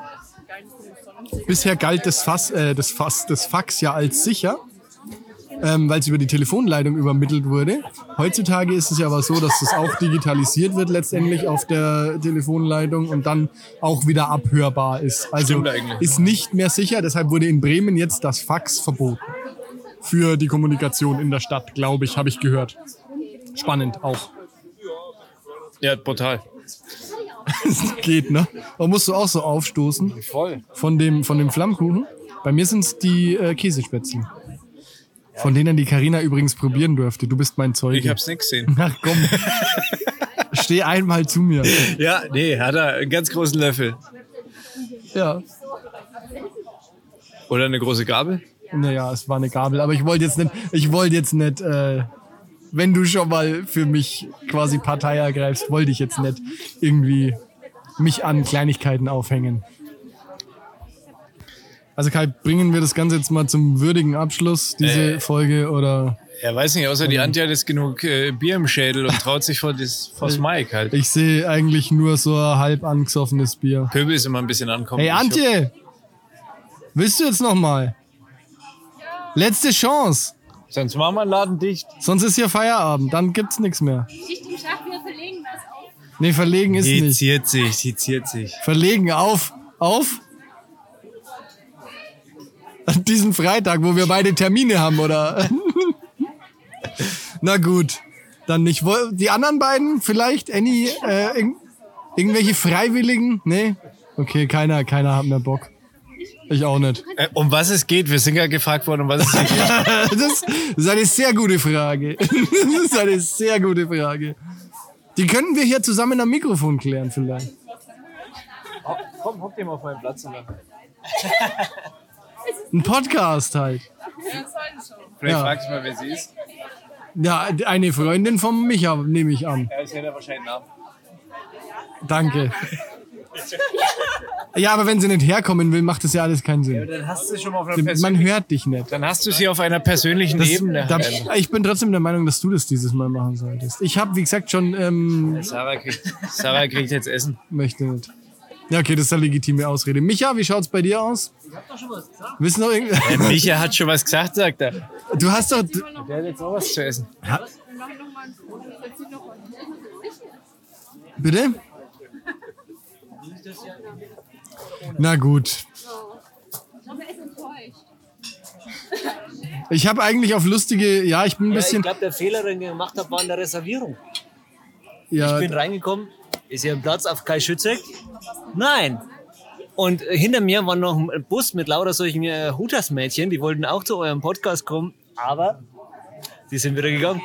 C: bisher galt das, Fass, äh, das, Fass, das Fax ja als sicher, ähm, weil es über die Telefonleitung übermittelt wurde. Heutzutage ist es ja aber so, dass das auch digitalisiert wird letztendlich auf der Telefonleitung und dann auch wieder abhörbar ist. Also
B: Stimmt eigentlich.
C: ist nicht mehr sicher, deshalb wurde in Bremen jetzt das Fax verboten. Für die Kommunikation in der Stadt, glaube ich, habe ich gehört. Spannend auch.
B: Ja, brutal.
C: Das geht, ne? Aber musst du auch so aufstoßen
B: Voll.
C: von dem, von dem Flammkuchen? Bei mir sind es die äh, Käsespätzle. Von denen die Karina übrigens probieren durfte. Du bist mein Zeuge.
B: Ich hab's nicht
C: (laughs)
B: gesehen.
C: Ach komm. Steh einmal
B: (laughs)
C: zu mir.
B: Ja, nee, hat er einen ganz großen Löffel.
C: Ja.
B: Oder eine große Gabel?
C: Naja, es war eine Gabel, aber ich wollte jetzt nicht, ich wollte jetzt nicht, äh, wenn du schon mal für mich quasi Partei ergreifst, wollte ich jetzt nicht irgendwie mich an Kleinigkeiten aufhängen. Also Kai, bringen wir das Ganze jetzt mal zum würdigen Abschluss, diese Folge, oder
B: Ja, weiß nicht, außer die Antje hat jetzt genug äh, Bier im Schädel und traut sich vor das vors Mike halt.
C: ich sehe eigentlich nur so ein halb angesoffenes Bier.
B: Pöbel ist immer ein bisschen ankommen.
C: Hey Antje! Willst du jetzt nochmal? Letzte Chance!
B: Sonst machen wir den Laden dicht.
C: Sonst ist hier Feierabend, dann gibt's nichts mehr.
I: Schicht im Schacht, wir verlegen das auf.
C: Nee, verlegen ist
B: Die
C: nicht.
B: ziert sich, die ziert sich.
C: Verlegen auf, auf. An diesem Freitag, wo wir beide Termine haben, oder? (laughs) Na gut, dann nicht. Woll- Die anderen beiden vielleicht? Annie, äh, irg irgendwelche Freiwilligen? Nee? Okay, keiner, keiner hat mehr Bock. Ich auch nicht.
B: Äh, um was es geht, wir sind ja gefragt worden, um was es (laughs) geht.
C: Das ist eine sehr gute Frage. Das ist eine sehr gute Frage. Die können wir hier zusammen am Mikrofon klären vielleicht.
B: Komm, hock dir mal auf meinen Platz. Und dann.
C: Ein Podcast halt.
B: Vielleicht
C: Ja.
B: fragst du mal, wer sie ist.
C: Ja, eine Freundin von Micha nehme ich an.
B: Ja, sie hat ja wahrscheinlich einen Namen.
C: Danke. Ja, aber wenn sie nicht herkommen will, macht das ja alles keinen Sinn.
B: Dann hast du schon mal auf einer
C: Man hört dich nicht.
B: Dann hast du sie auf einer persönlichen
C: Das,
B: Ebene.
C: da,
B: halt.
C: ich bin trotzdem der Meinung, dass du das dieses Mal machen solltest. Ich habe, wie gesagt, schon ähm,
B: Sarah, kriegt, Sarah kriegt jetzt Essen.
C: möchte nicht. Ja, okay, das ist eine legitime Ausrede. Micha, wie schaut's bei dir aus? Ich hab doch schon was gesagt. Wissen noch irgend
B: Micha hat schon was gesagt, sagt er.
C: Du hast doch
B: Der hat jetzt auch was zu essen.
C: bitte. Na gut.
I: Ich glaube, er ist enttäuscht.
C: Ich habe eigentlich auf lustige, ja, ich bin ein
D: Ja, ich
C: bisschen
D: glaube, der Fehler, den ich gemacht habe, war in der Reservierung.
C: ja,
D: Ich bin reingekommen, ist hier ein Platz auf Kai Schützek? Nein. Und äh, hinter mir war noch ein Bus mit lauter solchen äh, Hutas-Mädchen, die wollten auch zu eurem Podcast kommen, aber die sind wieder gegangen.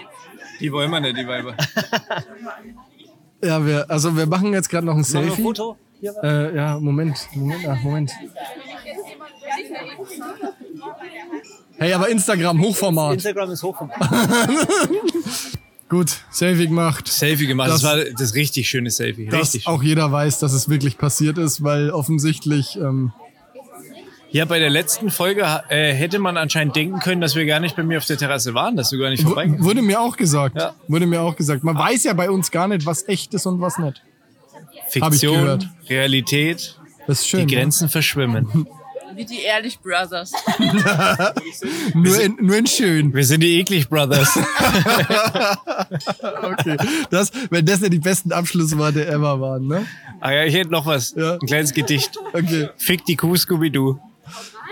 B: Die wollen wir nicht, die Weiber.
C: ja, wir also wir machen jetzt gerade noch ein
D: Machen wir ein
C: Selfie.
D: Foto? Hier war-
C: Äh, ja, Moment, Moment, ach, Moment. Hey, aber Instagram, Hochformat.
D: Instagram ist hoch.
C: Gut, Selfie gemacht.
B: Selfie gemacht.
C: Das-
B: Das, war das richtig schöne Selfie.
C: Dass
B: richtig.
C: auch jeder weiß, dass es wirklich passiert ist, weil offensichtlich, ähm,
B: Ja, bei der letzten Folge äh, hätte man anscheinend denken können, dass wir gar nicht bei mir auf der Terrasse waren, dass du gar nicht
C: wu-
B: vorbeigekommen
C: wurde mir auch gesagt,
B: Ja. Ah.
C: wurde mir auch gesagt. Man weiß ja bei uns gar nicht, was echt ist und was nicht.
B: bist.
C: hab ich gehört. Genau.
B: Fiktion, Realität,
C: Das ist
B: die
C: schön.
B: Grenzen verschwimmen.
E: Wie die Ehrlich Brothers.
C: ne? nur, in, nur in schön.
B: Wir sind die Eklig Brothers.
C: (laughs) Okay. Das, wenn das ja die besten Abschlussworte ever waren, ne?
B: ah ja, ich hätte noch was.
C: Ja.
B: Ein kleines Gedicht.
C: Okay.
B: Fick die Kuh, Scooby-Doo.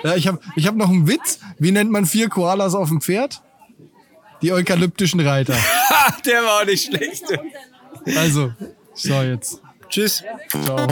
C: Ja, ich habe ich hab noch einen Witz. Wie nennt man vier Koalas auf dem Pferd? Die eukalyptischen Reiter.
B: Der war auch nicht schlecht.
C: Also, so jetzt.
B: Tschüss.
C: Ciao.